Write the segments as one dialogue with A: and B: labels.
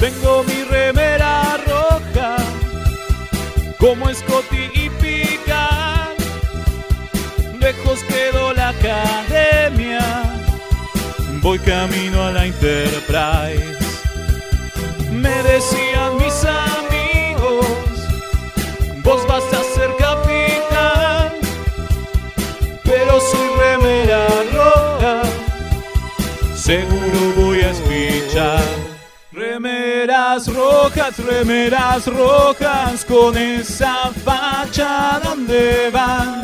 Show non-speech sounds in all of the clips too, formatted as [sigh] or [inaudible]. A: Tengo mi remera roja, como Scotty y Pican. Lejos quedó la academia, voy camino a la Enterprise. Me decían mis amigos, vos vas a ser capitán, pero soy remera roja, seguro voy a escuchar. Remeras rojas, remeras rojas, con esa facha donde van.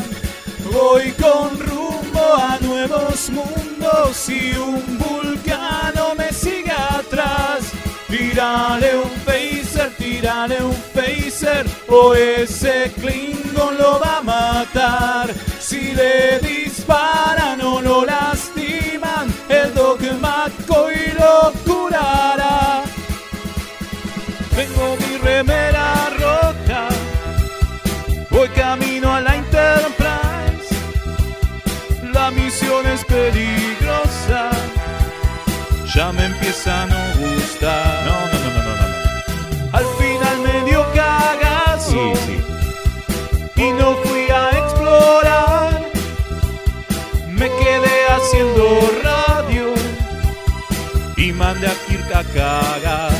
A: Voy con rumbo a nuevos mundos y un vulcano me sigue atrás. Tírale un phaser, tírale un phaser, o ese Klingon lo va a matar. Si le disparan o lo lastiman, el dogmático y lo curará. Tengo mi remera rota, voy camino a la Enterprise. La misión es peligrosa, ya me empieza a no gustar.
B: No, no, no, no, no, no.
A: Al final me dio cagazo
B: Sí, sí.
A: y no fui a explorar. Me quedé haciendo radio y mandé a Kirk a cagar.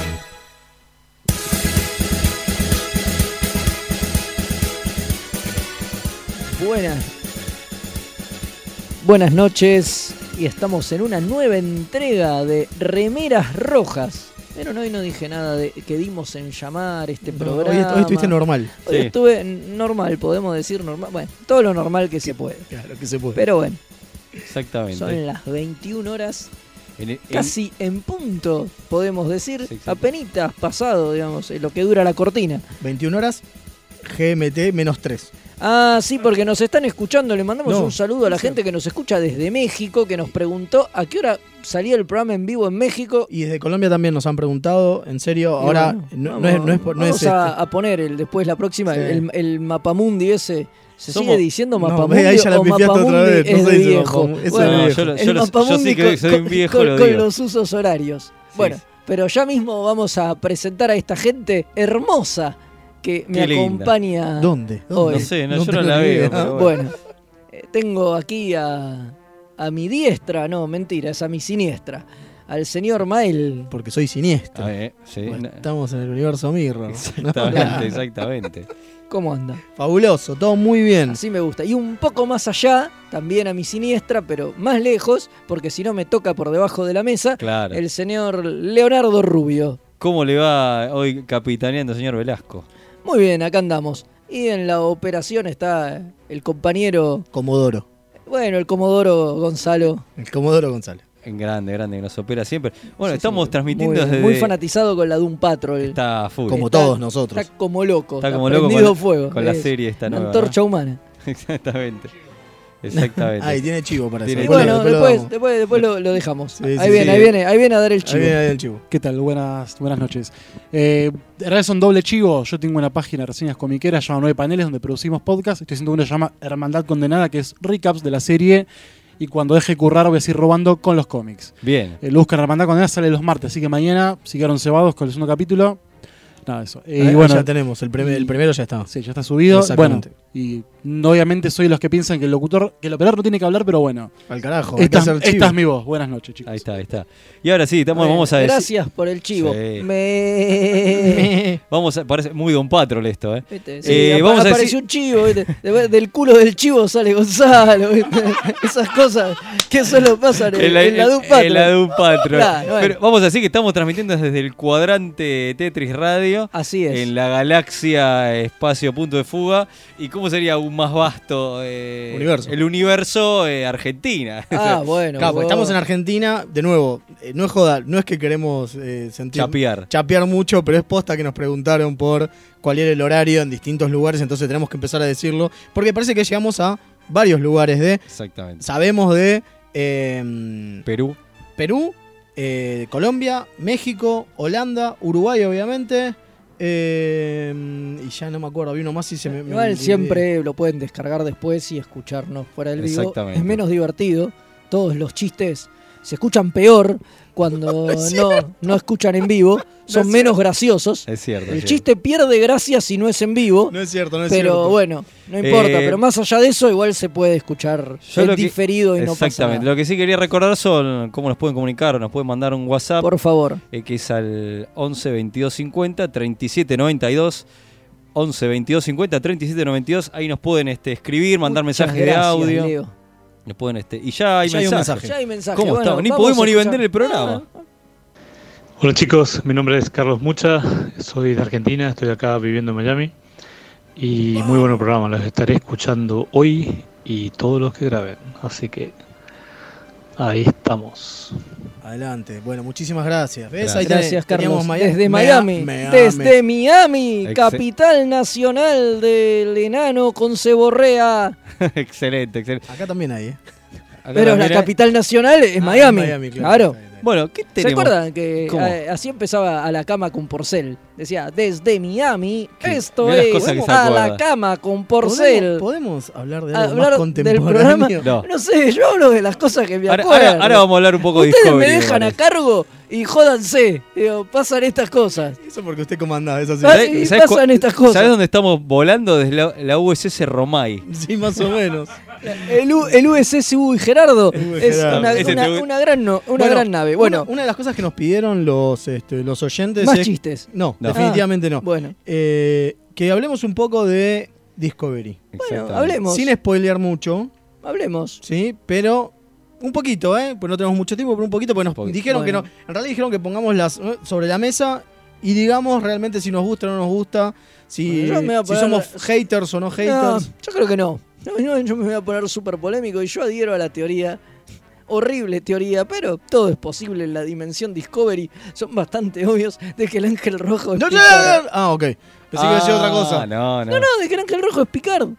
C: Buenas. Buenas noches. Y estamos en una nueva entrega de Remeras Rojas. Pero hoy no dije nada de que dimos en llamar este
D: No,
C: programa.
D: hoy, est- hoy estuviste normal.
C: Hoy
B: Sí.
C: estuve normal, podemos decir normal. Bueno, todo lo normal que se puede.
D: Claro que se puede.
C: Pero bueno,
B: Exactamente.
C: son las 21 horas,
B: En- en-
C: casi en punto, podemos decir.
B: Sí, sí.
C: Apenitas pasado, digamos, eh, lo que dura la cortina.
D: 21 horas, GMT menos 3.
C: Ah, sí, porque nos están escuchando. Le mandamos
D: No,
C: un saludo a la
D: es
C: gente que nos escucha desde México, que nos preguntó a qué hora salía el programa en vivo en México.
D: Y desde Colombia también nos han preguntado, en serio,
C: Y
D: ahora
C: bueno,
D: no, no
C: vamos-
D: es, no es, por- no
C: vamos
D: es este.
C: a, a poner el, después la próxima,
D: Sí.
C: el, el mapamundi ese. ¿Se
B: Somos-
C: sigue diciendo
D: No,
C: mapamundi
D: ve, ahí ya la
C: o
D: pifiaste otra
C: mapamundi
D: vez, no
C: es
D: se
C: de
D: dice
C: viejo?
D: mapamundi, eso
B: No,
D: es de
C: Bueno,
D: viejo.
B: yo, lo- yo
C: el
B: lo- yo
C: mapamundi
B: sí que
C: con-
B: soy
C: con-
B: un viejo,
C: con,
B: lo
C: con
B: digo.
C: los usos horarios. Bueno, pero ya mismo vamos a presentar a esta gente hermosa que me
B: Qué linda.
C: acompaña
D: ¿Dónde?
C: Hoy.
B: No sé, no, yo no
D: tengo
B: la
D: ni
B: veo.
D: idea.
B: pero bueno.
C: Bueno, eh, tengo aquí a, a mi diestra, no, mentira, es a mi siniestra, al señor Mael.
D: Porque soy siniestro.
B: Ah, eh, sí,
D: Bueno,
B: na-
D: estamos en el universo Mirror.
C: [laughs]
B: Exactamente, exactamente.
C: ¿Cómo anda?
D: Fabuloso, todo muy bien.
C: Así me gusta. Y un poco más allá, también a mi siniestra, pero más lejos, porque si no me toca por debajo de la mesa,
B: Claro.
C: el señor Leonardo Rubio.
B: ¿Cómo le va hoy capitaneando, señor Velasco?
C: Muy bien, acá andamos. Y en la operación está el compañero,
D: Comodoro.
C: bueno, el Comodoro Gonzalo.
D: El Comodoro González.
B: En grande, grande, que nos opera siempre. Bueno,
C: Sí,
B: estamos
C: sí,
B: transmitiendo
C: muy,
B: desde.
C: Muy fanatizado con la de un patrol.
B: Está full.
D: Como
C: Está-
D: todos nosotros.
C: Está como loco.
B: Está como loco
C: prendido
B: con-
C: fuego.
B: con la
C: Es
B: serie esta
C: una
B: nueva,
C: antorcha humana.
B: [laughs]
C: [laughs]
B: Exactamente. Exactamente.
D: Ahí tiene chivo para eso.
B: Tiene
C: Y
B: Después
C: bueno,
D: lo- lo
C: después,
D: damos.
C: después, después lo, lo dejamos.
D: Sí,
C: ahí
D: sí,
C: viene,
D: sí.
C: ahí viene, ahí viene a dar el chivo.
D: Ahí viene el chivo.
E: ¿Qué tal? Buenas, buenas noches. Eh, en realidad son doble chivo. Yo tengo una página de reseñas comiqueras, llama Nueve Paneles, donde producimos podcasts. Estoy haciendo una que se llama Hermandad Condenada, que es recaps de la serie. Y cuando deje currar voy a seguir robando con los cómics.
B: Bien.
E: El Busca Hermandad Condenada sale los martes, así que mañana si quedaron cebados con el segundo capítulo. Nada, eso. Eh,
D: Ahí
E: y bueno,
D: ya tenemos, el, primer- el primero ya está.
E: sí, ya está subido. Bueno,
D: Exactamente.
E: y obviamente soy de los que piensan que el locutor, que el operador no tiene que hablar, pero bueno.
D: Al carajo. hay que
E: Esta,
D: hacer chivo.
E: esta es mi voz. Buenas noches, chicos.
B: Ahí está, ahí está. Y ahora sí, estamos, vamos a decir.
C: Gracias por el chivo.
B: Sí.
C: Me...
D: [laughs]
B: Vamos a, parece muy Don Patrol esto, ¿eh?
C: Viste,
B: Eh,
C: apa-
B: vamos a decir-
C: apareció un chivo, viste. De- del culo del chivo sale Gonzalo,
B: [laughs]
C: viste. esas cosas que solo pasan en, en la de un patrol.
B: en la de un patrón.
C: Claro, bueno.
B: Pero vamos a decir que estamos transmitiendo desde el cuadrante Tetris Radio.
C: Así es.
B: En la galaxia espacio punto de fuga. ¿Y cómo sería aún más vasto? eh,
D: Universo.
B: El universo eh, Argentina. [laughs]
C: Ah, bueno.
D: Claro, porque
C: vos-
D: estamos en Argentina, de nuevo, eh, no es joda, no es que queremos eh, sentir
B: Chapear.
D: chapear mucho, pero es posta que nos preguntaron por cuál era el horario en distintos lugares, entonces tenemos que empezar a decirlo, porque parece que llegamos a varios lugares de,
B: Exactamente.
D: sabemos de eh,
B: Perú.
D: Perú, eh, Colombia, México, Holanda, Uruguay obviamente, eh, y ya no me acuerdo, había uno más y se me... me
C: Igual
D: olvidé.
C: siempre lo pueden descargar después y escucharnos fuera del vivo.
B: Exactamente.
C: Es menos divertido. Todos los chistes se escuchan peor
B: [laughs]
C: cuando no, no escuchan en vivo, son menos graciosos.
B: Es cierto.
C: El
B: es
C: chiste pierde gracia si no es en vivo,
D: No es cierto, no es
C: pero
D: cierto.
C: bueno, no importa.
B: Eh,
C: pero más allá de eso, igual se puede escuchar
B: Yo
C: el
B: lo que-
C: diferido y no pasa
B: Exactamente.
C: nada.
B: Lo que sí quería recordar son cómo nos pueden comunicar, nos pueden mandar un WhatsApp,
C: Por favor.
B: eh, que es al 11 22 50 37 92. 11 22 50 37 92. Ahí nos pueden este, escribir, mandar
C: Muchas
B: mensajes
C: gracias,
B: de audio.
C: Leo.
B: Nos pueden, este, y ya hay
D: Ya hay un
B: mensajes.
D: mensaje.
C: Ya hay mensajes.
B: ¿Cómo
C: bueno,
B: estamos? Ni
C: vamos a
B: pudimos ni
C: escuchar. Ah.
B: vender el programa.
F: Hola chicos, mi nombre es Carlos Mucha, soy de Argentina, estoy acá viviendo en Miami y muy bueno programa, los estaré escuchando hoy y todos los que graben, así que ahí estamos.
D: Adelante. Bueno, muchísimas gracias. ¿Ves? Ahí tenés-
C: Gracias, Carlos.
D: teníamos Maya- Mea-
C: Desde Miami,
D: Miami.
C: desde Miami,
B: Exce-
C: capital nacional del enano con ceborrea.
B: [laughs] excelente, excelente.
D: Acá también hay, ¿eh?
B: Acá
C: Pero la
B: también hay-
C: capital nacional es
D: Ah,
C: Miami. claro.
D: Está bien, está bien.
B: Bueno, ¿qué
C: ¿Se
B: tenemos?
C: acuerdan que
B: ¿Cómo?
C: eh, así empezaba a la cama con Porcel? Decía, desde Miami,
B: Qué-
C: esto
B: mirá las
C: es
B: cosas que se
C: a la
B: acuerda.
C: cama con
D: ¿Podemos-
C: Porcel. Ah,
D: ¿Podemos, hablar de algo
C: Hablar
D: más
C: del
D: contemporáneo?
C: programa.
B: No.
C: No sé, yo hablo de las cosas que me
B: Ahora,
C: acuerdo.
B: ahora- ahora vamos a hablar un poco de
C: Ustedes me
B: Discovery,
C: dejan
B: me
C: a
B: parece.
C: cargo y jódanse. Digo, pasan estas cosas.
D: Eso porque usted comandaba, eso sí.
C: Ah,
B: ¿Sabés-
C: y
B: sabés cu-
C: pasan estas cosas.
B: ¿Sabés dónde estamos volando? Desde la, la USS Romay.
D: Sí, más o menos.
C: El, U- el USS Hugo y Gerardo
D: El Hugo y
C: es
D: Gerardo.
C: una,
B: Ese
C: una-
B: te gu-
C: una gran, no- [laughs] una
D: Bueno,
C: gran nave. Bueno,
D: Una, una de las cosas que nos pidieron los, este, los oyentes
C: más Ah.
D: es-
C: chistes.
D: No,
B: No.
D: definitivamente no.
C: Bueno,
D: Eh, que hablemos un poco de Discovery.
B: Exactamente.
C: hablemos.
D: Sin spoilear mucho,
C: hablemos.
D: ¿sí? Pero un poquito, ¿eh? Pues no tenemos mucho tiempo, pero un poquito, porque nos
B: Poquito.
D: dijeron
C: Bueno.
D: que no. En realidad dijeron que pongamos las eh, sobre la mesa y digamos realmente si nos gusta o no nos gusta, si,
C: Yo me voy a
D: si
C: poner-
D: somos haters o no
C: No,
D: haters.
C: yo creo que no. No, no, Yo me voy a poner súper polémico y yo adhiero a la teoría. Horrible teoría, pero todo es posible en la dimensión Discovery. Son bastante obvios de que el ángel rojo es
D: No, no,
C: Picard.
D: no, no. Ah, ok. Pensé que iba a decir otra cosa.
B: Ah, No, no.
C: No, no, de que el ángel rojo es Picard.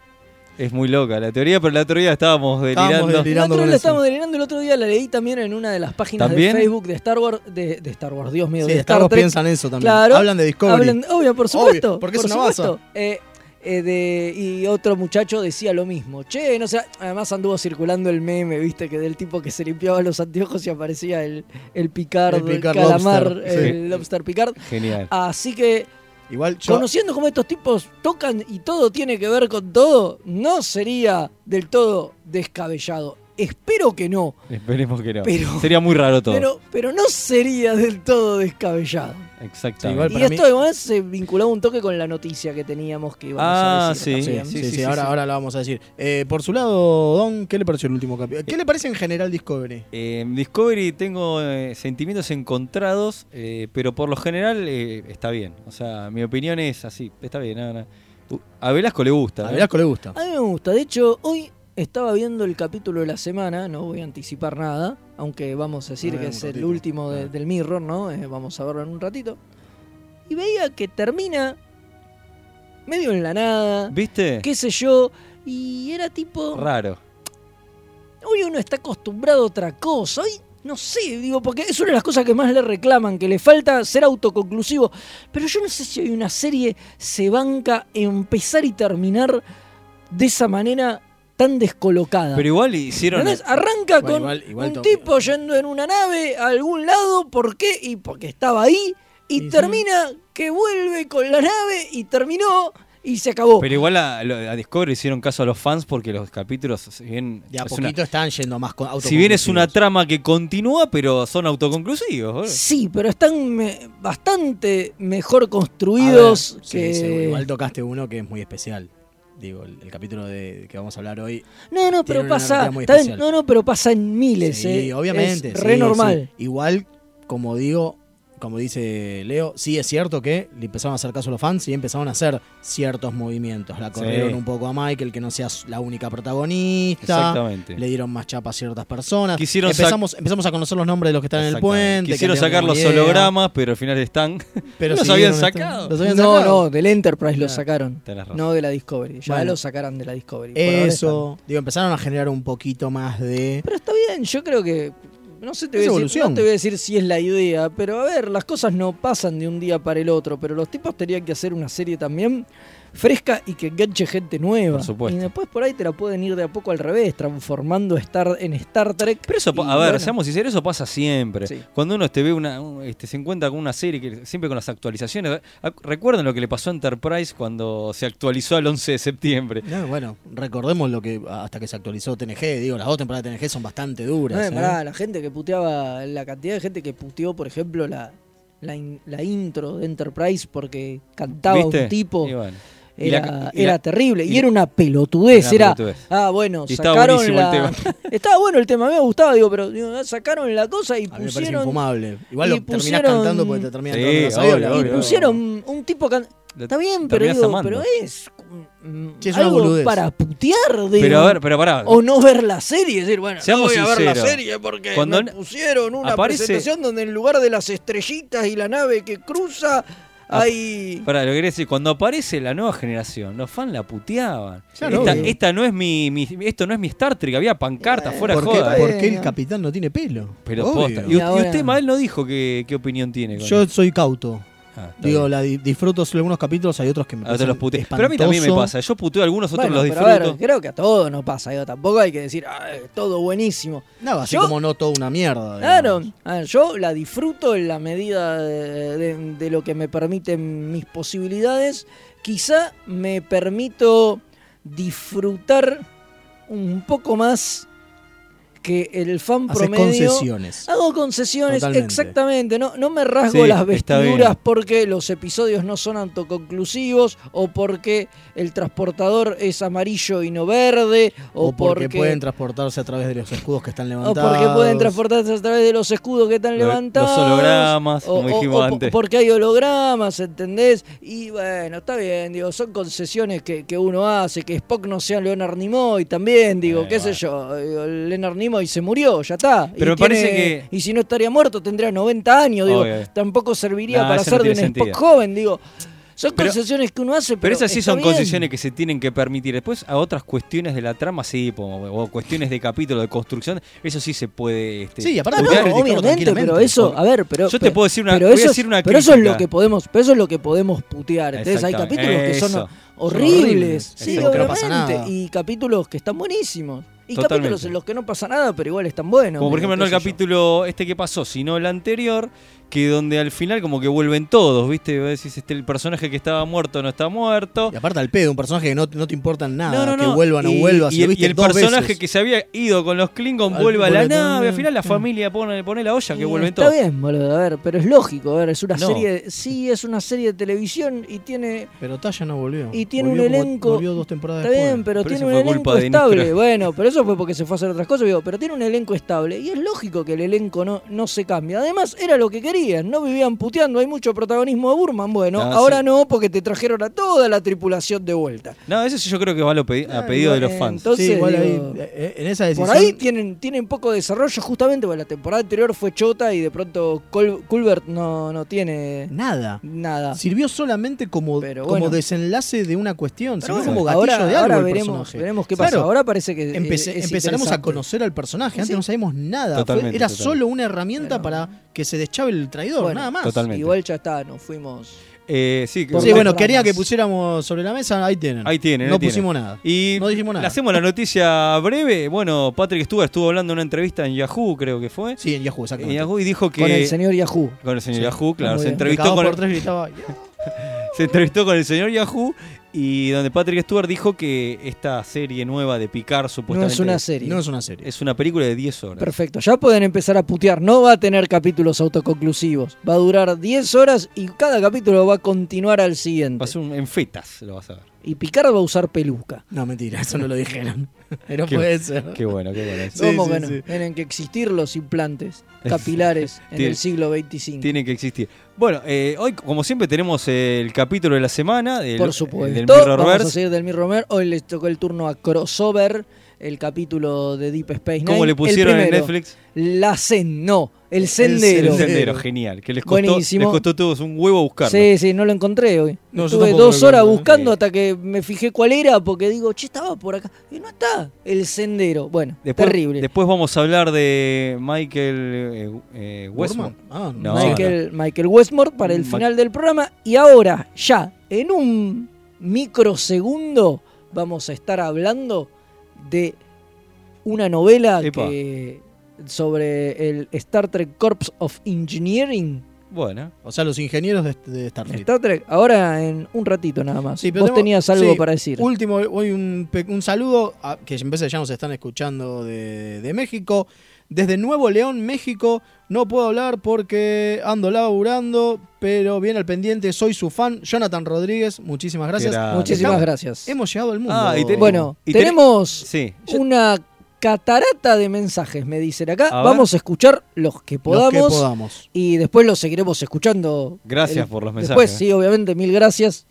B: Es muy loca la teoría, pero la teoría estábamos delirando.
C: El
D: delirando
C: otro día
D: con
C: la
D: eso.
C: estábamos delirando, el otro día la leí también en una de las páginas
B: ¿También?
C: de Facebook de Star Wars. De, de Star Wars, Dios mío,
D: Sí,
C: de
D: Star
C: Star,
D: Wars
C: Trek.
D: piensan eso también.
C: Claro,
D: Hablan de Discovery.
C: Hablan- obvio, por supuesto.
D: Obvio, porque es
C: por
D: una
C: supuesto. Eh, eh, de- y otro muchacho decía lo mismo. Che, no sé. Además anduvo circulando el meme, viste, que del tipo que se limpiaba los anteojos y aparecía el, el Picard,
D: El
C: el,
D: Picard
C: calamar,
D: Lobster, sí.
C: el Lobster Picard.
B: Genial.
C: Así que,
D: Igual yo,
C: conociendo cómo estos tipos tocan y todo tiene que ver con todo, no sería del todo descabellado. Espero que no,
B: Esperemos que no.
C: pero-
B: Sería muy raro todo.
C: pero, pero no sería del todo descabellado.
B: Exactamente.
D: Sí,
C: Y
D: Para mí-
C: esto además se vinculaba un toque con la noticia que teníamos que íbamos a
B: Ah,
C: decir.
B: sí,
C: también.
D: Sí, sí,
B: sí,
D: ahora,
B: sí.
D: ahora lo vamos a decir. Eh, por su lado, Don, ¿qué le pareció el último capítulo? ¿Qué le parece en general Discovery?
B: Eh, en Discovery tengo eh, sentimientos encontrados, eh, pero por lo general eh, está bien. O sea, mi opinión es así, está bien. no, no. Uh, A Velasco le gusta.
D: A
B: ¿eh?
D: Velasco le gusta.
C: A mí me gusta. De hecho, hoy estaba viendo el capítulo de la semana, no voy a anticipar nada, aunque vamos a decir
D: Ah,
C: que
D: un
C: es el
D: ratito.
C: último de-
D: Ah.
C: del Mirror, ¿no? Eh, vamos a verlo en un ratito. Y veía que termina medio en la nada,
B: ¿Viste?
C: qué sé yo, y era tipo...
B: Raro.
C: Hoy uno está acostumbrado a otra cosa. Hoy, no sé, digo, porque es una de las cosas que más le reclaman, que le falta ser autoconclusivo. Pero yo no sé si hoy una serie se banca empezar y terminar de esa manera tan descolocada.
B: Pero igual hicieron.
C: ¿Entendés? Arranca
D: Bueno,
C: con
D: igual- igual
C: un
D: to-
C: tipo yendo en una nave a algún lado, ¿por qué? Y porque estaba ahí. Y
D: Ujú.
C: termina que vuelve con la nave y terminó y se acabó.
B: Pero igual a, lo- a Discovery hicieron caso a los fans porque los capítulos, si bien,
D: De a
B: es una-
D: poquito están yendo más con
B: si bien es una trama que continúa, pero son autoconclusivos. boludo.
C: Sí, pero están me- bastante mejor construidos que.
D: igual tocaste uno que es muy especial. Digo, el, el capítulo de que vamos a hablar hoy.
C: no, no,
D: tienen
C: pero
D: una
C: pasa.
D: narrativa muy
C: está bien,
D: especial.
C: No, no, pero pasa en miles,
D: sí,
C: eh.
D: obviamente.
C: Es re
D: sí,
C: normal.
D: sí. Igual, como digo, como dice Leo, sí es cierto que le empezaron a hacer caso a los fans y empezaron a hacer ciertos movimientos. La corrieron un poco a Michael, que no sea la única protagonista.
B: Exactamente.
D: Le dieron más chapa a ciertas personas.
B: Quisieron sac-
D: empezamos, empezamos a conocer los nombres de los que están en el
B: Exactamente.
D: puente.
B: Quisieron
D: que no
B: sacar
D: teníamos
B: los
D: ni idea,
B: hologramas, pero al final están. [laughs]
D: Pero
B: los
D: siguieron
B: habían
D: esta-
B: sacado.
D: los
C: No,
D: habían sacado.
C: no, del Enterprise lo
D: Claro.
C: sacaron.
B: Tenés razón.
C: No de la Discovery. Ya
D: Bueno.
C: lo sacarán de la Discovery. por ahora están.
D: Eso. Digo, empezaron a generar un poquito más de.
C: Pero está bien, yo creo que. No sé, te
D: Es
C: voy, a decir,
D: evolución.
C: no te voy a decir si es la idea, pero a ver, las cosas no pasan de un día para el otro, pero los tipos tenían que hacer una serie también fresca y que enganche gente nueva.
B: Por supuesto.
C: Y después por ahí te la pueden ir de a poco al revés, transformando Star en Star Trek.
B: Pero eso,
C: Y
B: pa- a ver,
C: bueno,
B: seamos sinceros, eso pasa siempre.
C: Sí.
B: Cuando uno te ve una, un- este, se encuentra con una serie que siempre con las actualizaciones. Ah, Recuerden lo que le pasó a Enterprise cuando se actualizó al 11 de septiembre.
D: No, bueno, recordemos lo que hasta que se actualizó TNG, digo, las dos temporadas de TNG son bastante duras.
C: no,
D: ¿eh?
C: pará, la gente que puteaba, la cantidad de gente que puteó, por ejemplo, la, la, in- la intro de Enterprise porque cantaba
B: ¿Viste?
C: un tipo.
B: Y bueno. Y
C: Era,
B: la- y
C: era
B: la-
C: terrible. Y,
B: y la-
C: era una pelotudez.
B: Era
C: Era.
B: una pelotudez.
C: Ah, bueno,
B: Y estaba
C: sacaron
B: buenísimo el
C: la- [laughs] estaba bueno el tema, a mí me gustaba, digo, pero digo, ah, sacaron la cosa
D: A
C: y
D: mí me parece
C: pusieron.
D: infumable. Igual
C: y
D: lo terminás
C: pusieron-
D: cantando porque te terminan
B: Sí,
D: tocando las
B: obvio,
D: aulas,
B: obvio,
C: Y
D: pero-
C: pusieron un tipo can-
B: la-
C: Está bien,
B: la
C: pero
B: terminás
C: digo,
B: amando.
C: pero es. mm,
D: Sí, es una
C: algo
D: boludez.
C: para putear, digo.
B: Pero a ver, pero pará.
C: O no ver la serie, decir, bueno,
B: Seamos
C: no voy a ver la
B: sinceros.
C: serie porque
B: Cuando
C: nos pusieron una
B: aparece-
C: presentación donde en lugar de las estrellitas y la nave que cruza hay
B: Pará, lo que quería decir, cuando aparece la nueva generación, los fans la puteaban.
D: Claro,
B: esta,
D: obvio.
B: esta no es mi, mi- esto no es mi Star Trek, había pancartas fuera de
D: ¿Por qué,
B: joda.
C: eh.
D: por qué el capitán no tiene pelo?
B: Pero
D: Obvio.
B: posta. Y, u-
C: Y
B: y
C: ahora-
B: usted, Mael, no dijo que- qué opinión tiene. con
D: Yo
B: esto.
D: soy cauto.
B: Ah, está
D: Digo,
B: bien.
D: la di- disfruto solo algunos capítulos, hay otros que me
B: A otros Ah, los
D: parecen
B: pute- Pero a mí también me
D: espantoso.
B: pasa. Yo puteo algunos, otros
C: Bueno,
B: los
C: pero a ver,
B: disfruto.
C: creo que a todos nos pasa, digo, tampoco hay que decir, "Ah, es todo buenísimo.
D: Nada, así
C: Yo-
D: como no toda una mierda.
C: Claro,
D: digamos.
C: a ver, yo la disfruto en la medida de, de- de lo que me permiten mis posibilidades. Quizá me permito disfrutar un poco más que el fan
D: Haces
C: promedio. ah,
D: concesiones.
C: Hago concesiones,
D: Totalmente.
C: exactamente. No, no me rasgo
B: Sí,
C: las
B: está bien.
C: vestiduras porque los episodios no son autoconclusivos, o porque el transportador es amarillo y no verde, o,
D: O porque, pueden transportarse a través de los escudos que están
C: o
D: levantados.
C: porque pueden transportarse a través de los escudos que están
B: Lo-
C: levantados.
B: los hologramas, como dijimos
C: po-
B: antes.
C: Porque hay hologramas, ¿entendés? Y bueno, está bien, digo, son concesiones que, que uno hace, que Spock no sea Leonard Nimoy también, digo,
B: Eh,
C: qué sé
B: bueno.
C: yo, digo, Leonard Nimoy se murió, ya está.
B: Pero
C: y
B: me parece que-
C: Y si no estaría muerto tendría 90 años, digo,
B: Obvio.
C: tampoco serviría
B: Nah,
C: para
B: eso no
C: ser de un
B: tiene
C: Spock
B: sentido.
C: joven, digo. Son
B: Pero-
C: concesiones que uno hace, pero,
B: Pero esas sí
C: está
B: son
C: bien.
B: concesiones que se tienen que permitir. Después, a otras cuestiones de la trama, sí, como- o cuestiones de capítulo, de construcción, eso sí se puede. este,
D: Sí, aparte
C: Ah, no,
D: pueden criticarlo
C: obviamente,
D: tranquilamente.
C: pero eso, a ver, pero
B: Yo te
C: pero-
B: puedo decir una-
C: pero
B: voy a
C: eso, es-
B: decir una
C: pero eso es lo
B: crítica.
C: que podemos, pero eso es lo que podemos putear. Entonces hay
B: Exactamente,
C: capítulos que son
B: eso.
C: horribles,
D: horribles,
C: sí,
D: exacto, que no pasa
C: obviamente,
D: nada.
C: y capítulos que están buenísimos. Y capítulos
B: Totalmente.
C: en los que no pasa nada, pero igual están buenos.
B: Como por ejemplo, no el
C: qué sé yo.
B: capítulo este que pasó, sino el anterior, que donde al final como que vuelven todos, ¿viste? Vos Decís, este, el personaje que estaba muerto no está muerto.
D: Y aparte al pedo, un personaje que no, no te importa nada,
B: No, no, no.
D: que vuelvan o
B: Y-
D: vuelvas.
B: Y,
D: lo
B: el-
D: viste
B: y el
D: dos
B: personaje
D: veces.
B: que se había ido con los Klingon
D: Al-
B: vuelve a la
D: vuelve
B: nave.
D: también.
B: Al final la
D: Sí.
B: familia pone, pone la olla que
C: Y
B: vuelven
C: está
B: todos.
C: bien, boludo, a ver, pero es lógico, a ver, es una
B: No.
C: serie, sí, es una serie de televisión y tiene
D: Pero Talla no volvió.
C: Y tiene
D: Volvió
C: un
D: como-
C: elenco-
D: Volvió dos temporadas
C: Está
D: después.
C: bien, pero,
B: Pero
C: tiene
B: eso
C: un
B: fue culpa
C: elenco
B: de Nick
C: estable.
B: Kroll.
C: Bueno, pero eso fue porque se fue a hacer otras cosas, digo, pero tiene un elenco estable. Y es lógico que el elenco no, no se cambia. Además, era lo que querían. No vivían puteando. Hay mucho protagonismo de Burman. Bueno,
B: Ah,
C: ahora
B: sí.
C: no, porque te trajeron a toda la tripulación de vuelta.
B: No, eso sí yo creo que va a, lo pedi- a
C: Ah,
B: pedido de los
C: bueno,
B: fans.
C: entonces,
D: sí, igual
C: digo,
D: ahí, eh, en esa decisión.
C: por ahí tienen, tienen poco desarrollo, justamente porque la temporada anterior fue chota y de pronto Col- Culbert no, no tiene
D: Nada.
C: nada.
D: Sirvió solamente como,
C: Pero
D: como
C: bueno.
D: desenlace de una cuestión,
C: Pero
D: sirvió
C: bueno,
D: como gatillo
C: ahora,
D: de algo
C: ahora
D: el
C: veremos,
D: personaje.
C: veremos qué
D: Claro,
C: pasa. Ahora parece que eh,
D: Empece-
C: es
D: empezaremos a
C: interesante.
D: conocer al personaje. Antes
C: Sí.
D: no sabíamos nada. Fue-
B: Totalmente,
D: era
B: totalmente.
D: solo una herramienta
C: Bueno.
D: para que se deschave el traidor,
C: Bueno,
D: nada más.
B: totalmente.
C: Igual ya está, nos fuimos.
B: Eh, sí, que-
C: Por
D: Sí,
C: las
D: bueno,
C: ramas.
D: quería que pusiéramos sobre la mesa. Ahí tienen.
B: ahí tienen.
D: no
B: ahí tienen.
D: pusimos nada.
B: Y
D: No dijimos nada.
B: le hacemos la noticia breve. Bueno, Patrick Stewart estuvo hablando en una entrevista en Yahoo, creo que fue.
D: Sí, en Yahoo,
B: En
D: exactamente.
B: Yahoo y dijo que.
C: Con el señor Yahoo.
B: con el señor
D: Sí.
B: Yahoo, claro.
C: Muy
B: Se
C: bien.
B: entrevistó,
D: Cada
B: con
D: por
B: el,
D: tres gritaba.
B: se entrevistó con el señor Yahoo y donde Patrick Stewart dijo que esta serie nueva de Picard
C: No
B: supuestamente
C: es una serie.
D: No es una serie.
B: es una película de 10 horas.
C: Perfecto, ya pueden empezar a putear. No va a tener capítulos autoconclusivos. Va a durar 10 horas y cada capítulo va a continuar al siguiente.
B: Va a ser un- en fetas, lo vas a ver.
C: Y Picard va a usar peluca.
D: No, mentira, eso no lo dijeron. Pero
B: Qué-
D: puede ser.
B: Qué bueno, qué bueno.
D: Sí,
C: ¿Cómo
D: sí,
C: que no?
D: sí.
C: Tienen que existir
B: [laughs]
C: los implantes [laughs] capilares en
B: Tiene-
C: el siglo XXV.
B: [laughs] Tiene que existir. Bueno, eh, hoy, como siempre, tenemos el capítulo de la semana. Del,
C: Por supuesto.
B: Del
C: Vamos a
B: Mirrorverse.
C: seguir del Mirrorverse. Hoy les tocó el turno a Crossover, el capítulo de Deep Space Nine.
B: ¿Cómo le
C: El
B: pusieron en
C: primero,
B: Netflix?
C: La Zen, no, el
B: El
C: sendero.
D: Sendero.
B: sendero, genial. Que les costó, les
C: Buenísimo.
B: costó a todos un huevo buscarlo.
C: Sí, sí, no lo encontré hoy.
D: No, yo
C: Estuve
D: tampoco
C: dos
D: lo
C: horas
D: encontré.
C: buscando
B: Sí.
C: hasta que me fijé cuál era, porque digo, che, estaba por acá. Y no está el sendero. Bueno,
B: Después,
C: terrible.
B: Después vamos a hablar de Michael eh, eh, Westman.
D: Burman. Ah,
B: No,
D: sí.
C: Michael, Michael Westmore para el
B: Ma-
C: final del programa. Y ahora, ya, en un microsegundo vamos a estar hablando de una novela
B: Epa.
C: que- sobre el Star Trek Corps of Engineering.
B: Bueno,
D: O sea, los ingenieros de, de Starfleet.
C: Star Trek, ahora en un ratito nada más.
D: Sí, pero
C: Vos
D: tengo-
C: tenías algo
D: sí,
C: para decir.
D: Último, hoy un, pe- un saludo a- que en vez de ya nos están escuchando de, de México. Desde Nuevo León, México, no puedo hablar porque ando laburando, pero bien al pendiente, soy su fan, Jonathan Rodríguez, muchísimas gracias.
B: grande.
C: Muchísimas
D: Estamos-
C: gracias.
D: Hemos llegado al mundo.
B: Ah, y te-
C: Bueno,
B: Y ten-
C: tenemos
B: sí.
C: una catarata de mensajes, me dicen acá.
B: A ver.
C: Vamos a escuchar los que
D: Los
C: podamos.
D: que podamos.
C: Y después los seguiremos escuchando.
B: Gracias
C: El-
B: por los
C: Después,
B: mensajes.
C: sí, obviamente, mil gracias.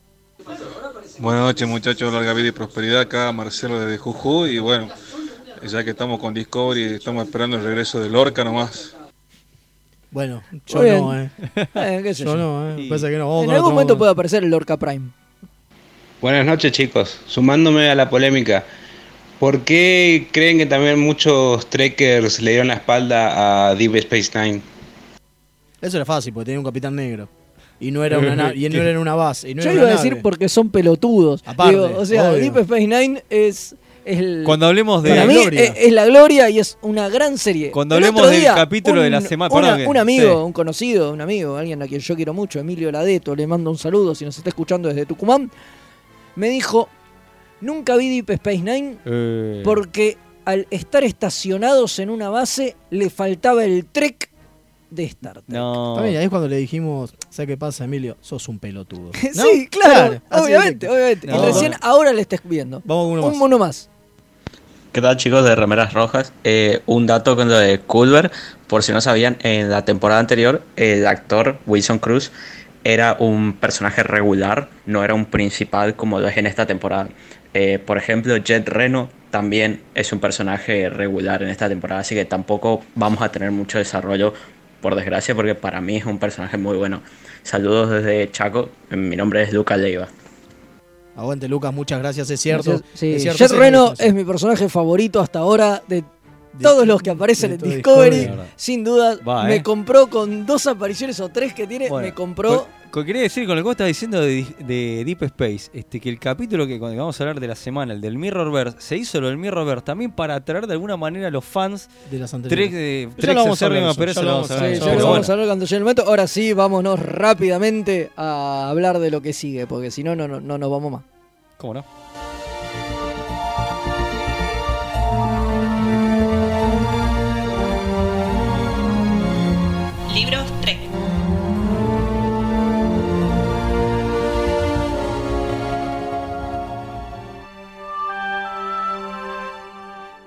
G: Buenas noches muchachos, larga vida y prosperidad acá, Marcelo desde Jujuy y bueno, ya que estamos con Discovery, estamos esperando el regreso de Lorca nomás.
D: Bueno, yo
C: Muy bien.
D: no, eh.
C: [laughs] Eh, qué sé
D: Yo
C: yo.
D: no, eh.
B: Y-
D: Pasa que no, vamos
C: En
D: con
C: algún
D: otro-
C: momento puede aparecer el Lorca Prime.
H: Buenas noches chicos, sumándome a la polémica, ¿por qué creen que también muchos trekkers le dieron la espalda a Deep Space Nine?
D: Eso era fácil, porque tenía un capitán negro. Y no
B: [laughs]
D: era una, na- y no era en una base. Y no
C: Yo
D: era
C: iba a
D: una
C: decir
D: nave.
C: porque son pelotudos.
D: Aparte,
C: Digo, o sea,
D: obvio.
C: Deep Space Nine es el.
B: Cuando hablemos de.
C: para
D: la
C: mí e-,
D: gloria.
C: es, es la gloria y es una gran serie.
B: Cuando
C: El
B: hablemos
C: otro
B: del
C: día,
B: capítulo de la semana-
C: una-
B: perdón que-
C: un amigo,
B: sí.
C: un conocido, un amigo, alguien a quien yo quiero mucho, Emilio Ladeto, le mando un saludo si nos está escuchando desde Tucumán, me dijo, nunca vi Deep Space Nine
B: Eh,
C: porque al estar estacionados en una base le faltaba el trek de Star Trek.
B: No.
D: Está bien, ahí es cuando le dijimos, ¿sabes qué pasa, Emilio? Sos un pelotudo. ¿No?
C: [laughs] [laughs] sí, claro,
D: así
C: obviamente,
D: directo.
C: obviamente.
B: No.
C: y recién ahora le estás viendo.
D: Vamos con uno
C: un
D: más.
C: mono más.
I: ¿Qué tal chicos de Remeras Rojas? Eh, un dato con lo de Culver, por si no sabían, en la temporada anterior el actor Wilson Cruz era un personaje regular, no era un principal como lo es en esta temporada. Eh, por ejemplo, Jet Reno también es un personaje regular en esta temporada, así que tampoco vamos a tener mucho desarrollo, por desgracia, porque para mí es un personaje muy bueno. Saludos desde Chaco, mi nombre es Luca Leiva.
D: Aguante, Lucas, muchas gracias, es cierto.
C: Entonces, sí,
D: es cierto,
C: Jet
D: sí,
C: Reno
D: gracias.
C: es mi personaje favorito hasta ahora de
D: De-
C: todos los que aparecen
D: de
C: en
D: todo
C: Discovery.
D: Discovery, la
B: verdad.
C: sin duda,
B: Va,
C: me
B: eh.
C: compró con dos apariciones o tres que tiene,
B: Bueno, pues,
C: me compró.
B: co- co- quería decir con lo que vos estás diciendo de, di- de Deep Space, este, que el capítulo que cuando vamos a hablar de la semana, el del Mirrorverse, se hizo lo del Mirrorverse también para atraer de alguna manera a los fans
D: De las
B: Trek
D: anteriores.
B: de
D: Ya lo vamos a hablar
B: acérrimas,
D: eso,
B: pero
D: ya
B: eso
D: lo
B: lo
D: vamos
B: vamos a
D: a
B: hablar.
D: hablar
C: Sí,
D: eso,
C: ya
B: Pero
C: lo vamos
B: bueno.
C: a hablar cuando llegue el momento. Ahora sí, vámonos rápidamente a hablar de lo que sigue, porque si no, no, no, no nos vamos más.
B: ¿Cómo no?
J: Libros 3.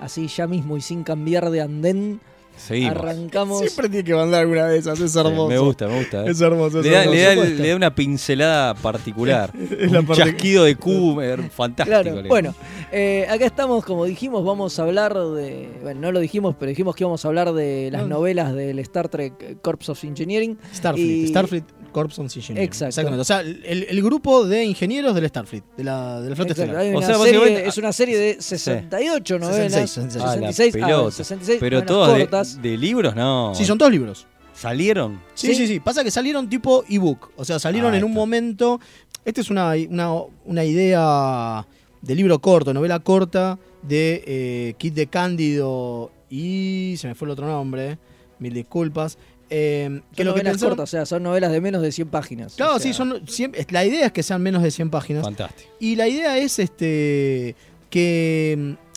C: Así ya mismo y sin cambiar de andén,
B: Seguimos.
C: arrancamos.
D: Siempre tiene que mandar alguna de esas, es
B: Sí,
D: hermoso.
B: me gusta, me gusta. eh.
D: Es hermoso.
B: Le
D: es
B: da,
D: hermoso.
B: le da-
D: Supuesta.
B: le da una pincelada particular.
D: [laughs]
B: [laughs]
D: Es la
B: un
D: parte-
B: chasquido de cubo eh, fantástico.
C: Claro,
B: le-
C: bueno, eh, acá estamos, como dijimos, vamos a hablar de. Bueno, no lo dijimos, pero dijimos que íbamos a hablar de las
D: No.
C: novelas del Star Trek Corps of Engineering.
D: Starfleet,
C: y-
D: Starfleet Corps of Engineering.
C: Exacto.
D: Exactamente. O sea, el, el grupo de ingenieros del Starfleet, de la, de la flota
C: Exacto,
D: estelar.
C: hay
B: O
C: una
B: sea,
C: serie-
B: básicamente-
C: es una serie de 68 novelas.
D: 66, 66.
B: Ah, la
C: 66, ah,
B: pelota.
C: 66
B: Pero
C: novelas
B: todos de,
C: cortas.
B: de libros, no.
D: Sí, son todos libros.
B: ¿Salieron?
D: Sí,
C: Sí.
D: sí, sí, Pasa que salieron tipo ebook. O sea, salieron
B: Ah,
D: en un
B: está.
D: momento. Esta es una, una, una idea de libro corto, novela corta, de eh, Kit de Cándido y. se me fue el otro nombre. Mil disculpas. Eh, que
C: Son
D: lo que
C: novelas
D: pensaron-
C: cortas, o sea, son novelas de menos de 100 páginas.
D: Claro,
C: o sea,
D: sí, son. siempre- la idea es que sean menos de 100 páginas.
B: Fantástico.
D: Y la idea es este. que. mm,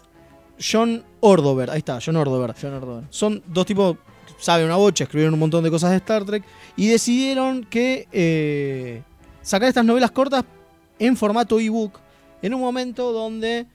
D: John Ordover, ahí está, John Ordover
C: John Ordóñez.
D: son dos tipos que saben una bocha, escribieron un montón de cosas de Star Trek y decidieron que eh, sacar estas novelas cortas en formato ebook en un momento donde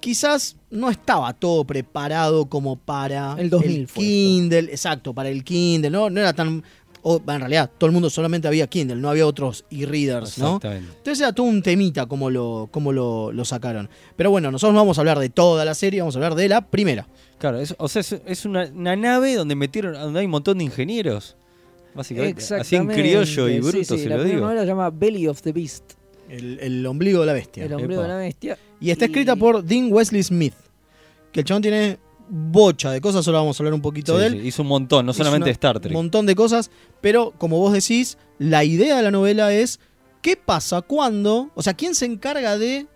D: quizás no estaba todo preparado como para
C: El 2000 fue esto.
D: Kindle, exacto, para el Kindle, no, no era tan o, bueno, en realidad todo el mundo solamente había Kindle, no había otros e-readers, ¿no?
B: Exactamente.
D: Entonces era todo un temita como lo, como lo, lo sacaron. Pero bueno, nosotros no vamos a hablar de toda la serie, vamos a hablar de la primera.
B: Claro, es, o sea, es, es una, una nave donde metieron, donde hay un montón de ingenieros. Básicamente. Así en criollo y
C: Sí,
B: bruto,
C: sí,
B: se
C: la
B: lo
C: primera
B: digo.
C: novela se llama Belly of the Beast,
D: El, el ombligo de la bestia.
C: El hombre
B: epa.
C: de la bestia.
D: Y está
C: Y-
D: escrita por Dean Wesley Smith. Que el chabón tiene bocha de cosas, ahora vamos a hablar un poquito
B: Sí,
D: de él.
B: sí, hizo un montón, no solamente
D: Es una-
B: Star Trek.
D: Un montón de cosas, pero como vos decís, la idea de la novela es ¿Qué pasa cuando, o sea, quién se encarga de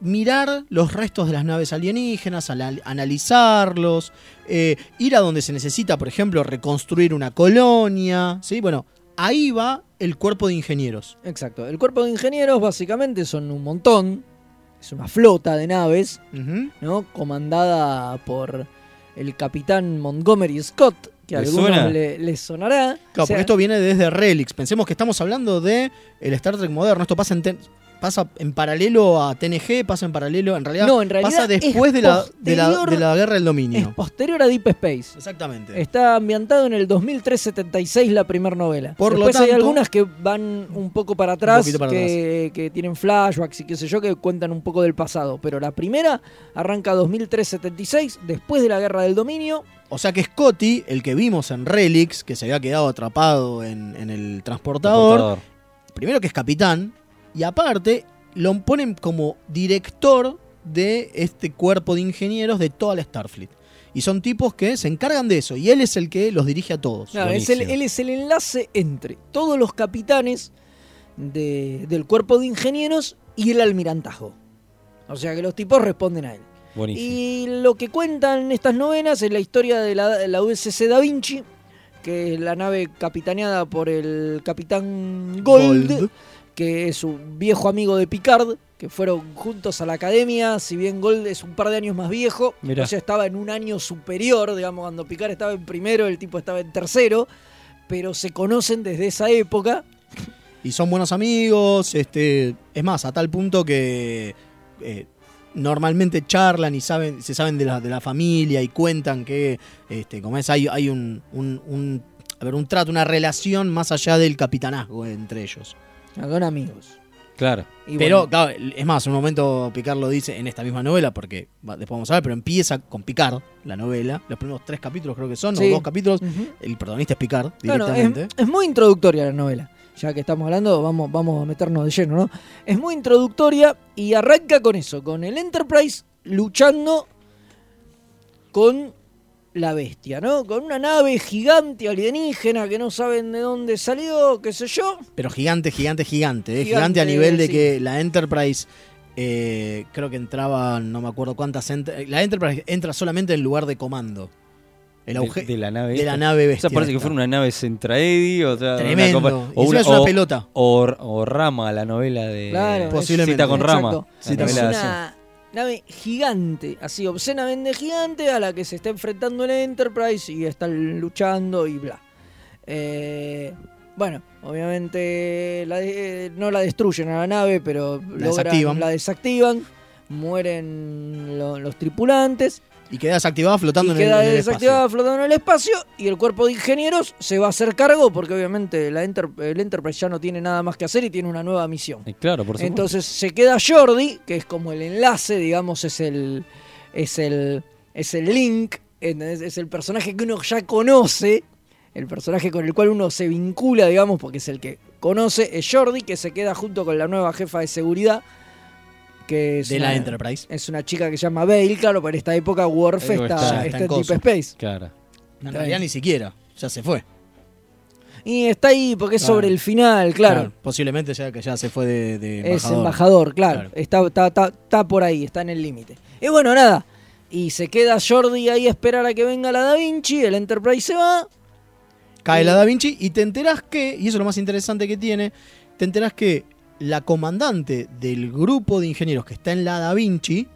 D: mirar los restos de las naves alienígenas, ala- analizarlos, eh, ir a donde se necesita, por ejemplo, reconstruir una colonia, ¿sí? Bueno, ahí va el cuerpo de ingenieros.
C: Exacto. El cuerpo de ingenieros básicamente son un montón. Es una flota de naves,
D: Ujú.
C: ¿no? Comandada por el capitán Montgomery Scott, que a
B: ¿Le
C: algunos
B: suena?
C: le- les sonará.
D: Claro,
C: O sea,
D: porque esto viene desde Relics. Pensemos que estamos hablando de el Star Trek moderno. Esto pasa en, ten- pasa en paralelo a TNG, pasa en paralelo, en realidad,
C: No, en realidad
D: pasa
C: es
D: después de, la, de, la,
C: posterior-
D: de la Guerra del
C: es
D: Dominio.
C: posterior a Deep Space.
D: Exactamente.
C: Está ambientado en el 2376 la primera novela.
D: Por lo
C: Después hay
D: tanto-
C: algunas que van un poco para atrás,
D: poquito para
C: que, que tienen flashbacks y qué sé yo, que cuentan un poco del pasado. Pero la primera arranca 2376, después de la Guerra del Dominio.
D: O sea que Scotty, el que vimos en Relics, que se había quedado atrapado en, en el transportador,
B: Transportador.
D: primero que es capitán, y aparte lo ponen como director de este cuerpo de ingenieros de toda la Starfleet. Y son tipos que se encargan de eso, y él es el que los dirige a todos.
C: Claro, es el-
B: Buenísimo.
C: él es el enlace entre todos los capitanes de- del cuerpo de ingenieros y el almirantazgo. O sea que los tipos responden a él.
B: Buenísimo.
C: Y lo que cuentan estas novenas es la historia de la, de la USS Da Vinci, que es la nave capitaneada por el capitán Gold,
D: Gold.
C: que es un viejo amigo de Picard, que fueron juntos a la academia, si bien Gold es un par de años más viejo,
B: Mirá.
C: o sea, estaba en un año superior, digamos, cuando Picard estaba en primero, el tipo estaba en tercero, pero se conocen desde esa época.
D: Y son buenos amigos, este, es más, a tal punto que eh, normalmente charlan y saben, se saben de la, de la familia y cuentan que, este, como es, hay, hay un, un- un- a ver, un trato, una relación más allá del capitanazgo entre ellos.
C: Son amigos.
B: Claro.
C: Y
D: pero,
C: bueno,
D: claro, es más, en un momento Picard lo dice en esta misma novela, porque va- después vamos a ver, pero empieza con Picard, la novela, los primeros tres capítulos creo que son,
C: Sí.
D: o dos capítulos,
C: ujú.
D: el protagonista es Picard
C: Claro,
D: directamente.
C: es, es muy introductoria la novela. Ya que estamos hablando, vamos, vamos a meternos de lleno, ¿no? Es muy introductoria y arranca con eso, con el Enterprise luchando con la bestia, ¿no? Con una nave gigante alienígena que no saben de dónde salió, qué sé yo.
D: Pero gigante, gigante, gigante. eh.
C: Gigante,
D: Gigante, a nivel de
C: sí.
D: que la Enterprise, eh, creo que entraban, no me acuerdo cuántas. ent- la Enterprise entra solamente en lugar de comando. El
B: De,
D: auge
B: de la nave.
D: de,
B: esta.
D: la nave
B: O sea,
D: bestia.
B: parece que
D: esta.
B: fuera una nave Centraedi, o sea, una
D: Tremendo.
B: copa-
D: Y encima es una pelota.
B: O, o Rama, la novela de.
C: Claro,
D: Posiblemente.
B: Cita con
C: Exacto.
B: Rama. la
D: Cita
C: Es
D: con-
B: novela de
C: una nave gigante, así obscenamente gigante, a la que se está enfrentando el Enterprise y están luchando y bla. Eh, bueno, obviamente la de- no la destruyen a la nave, pero logran-
D: desactivan.
C: la desactivan, mueren lo- los tripulantes
D: Y queda desactivada flotando
C: y
D: en el-
C: queda
D: en el,
C: desactivada
D: espacio.
C: flotando en el espacio y el cuerpo de ingenieros se va a hacer cargo porque obviamente la Enter- el Enterprise ya no tiene nada más que hacer y tiene una nueva misión.
B: Rama. Eh, Claro, por supuesto.
C: Entonces se queda Jordi, que es como el enlace, digamos, es el. es el. es el link, ¿entendés? es el personaje que uno ya conoce, el personaje con el cual uno se vincula, digamos, porque es el que conoce, es Jordi, que se queda junto con la nueva jefa de seguridad, que
B: pues,
C: es
D: De la
C: una,
D: Enterprise.
C: es una chica que se llama Bale, claro, para esta época Worf
B: Ahí va,
C: está,
B: está-
C: está
D: está en
C: en Deep
D: coso.
C: Space.
B: Claro.
D: En realidad ni siquiera. Ya se fue.
C: Y está ahí porque es
D: Claro.
C: sobre el final, claro.
D: Posiblemente ya que ya se fue de, de
C: Es
D: embajador.
C: embajador, claro.
D: Claro.
C: Está, está, está- está por ahí, está en el límite. Y bueno, nada. Y se queda Jordi ahí a esperar a que venga la Da Vinci, el Enterprise se va.
D: Cae la Da Vinci y te enterás que, y eso es lo más interesante que tiene, te enterás que la comandante del grupo de ingenieros que está en la Da Vinci,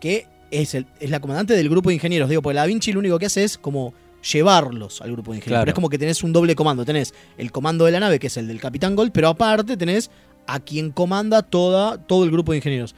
D: que es, el, es la comandante del grupo de ingenieros, digo, porque la Da Vinci lo único que hace es como llevarlos al grupo de ingenieros.
B: Claro.
D: Pero es como que tenés un doble comando, tenés el comando de la nave, que es el del Capitán Gold, pero aparte tenés a quien comanda toda, todo el grupo de ingenieros.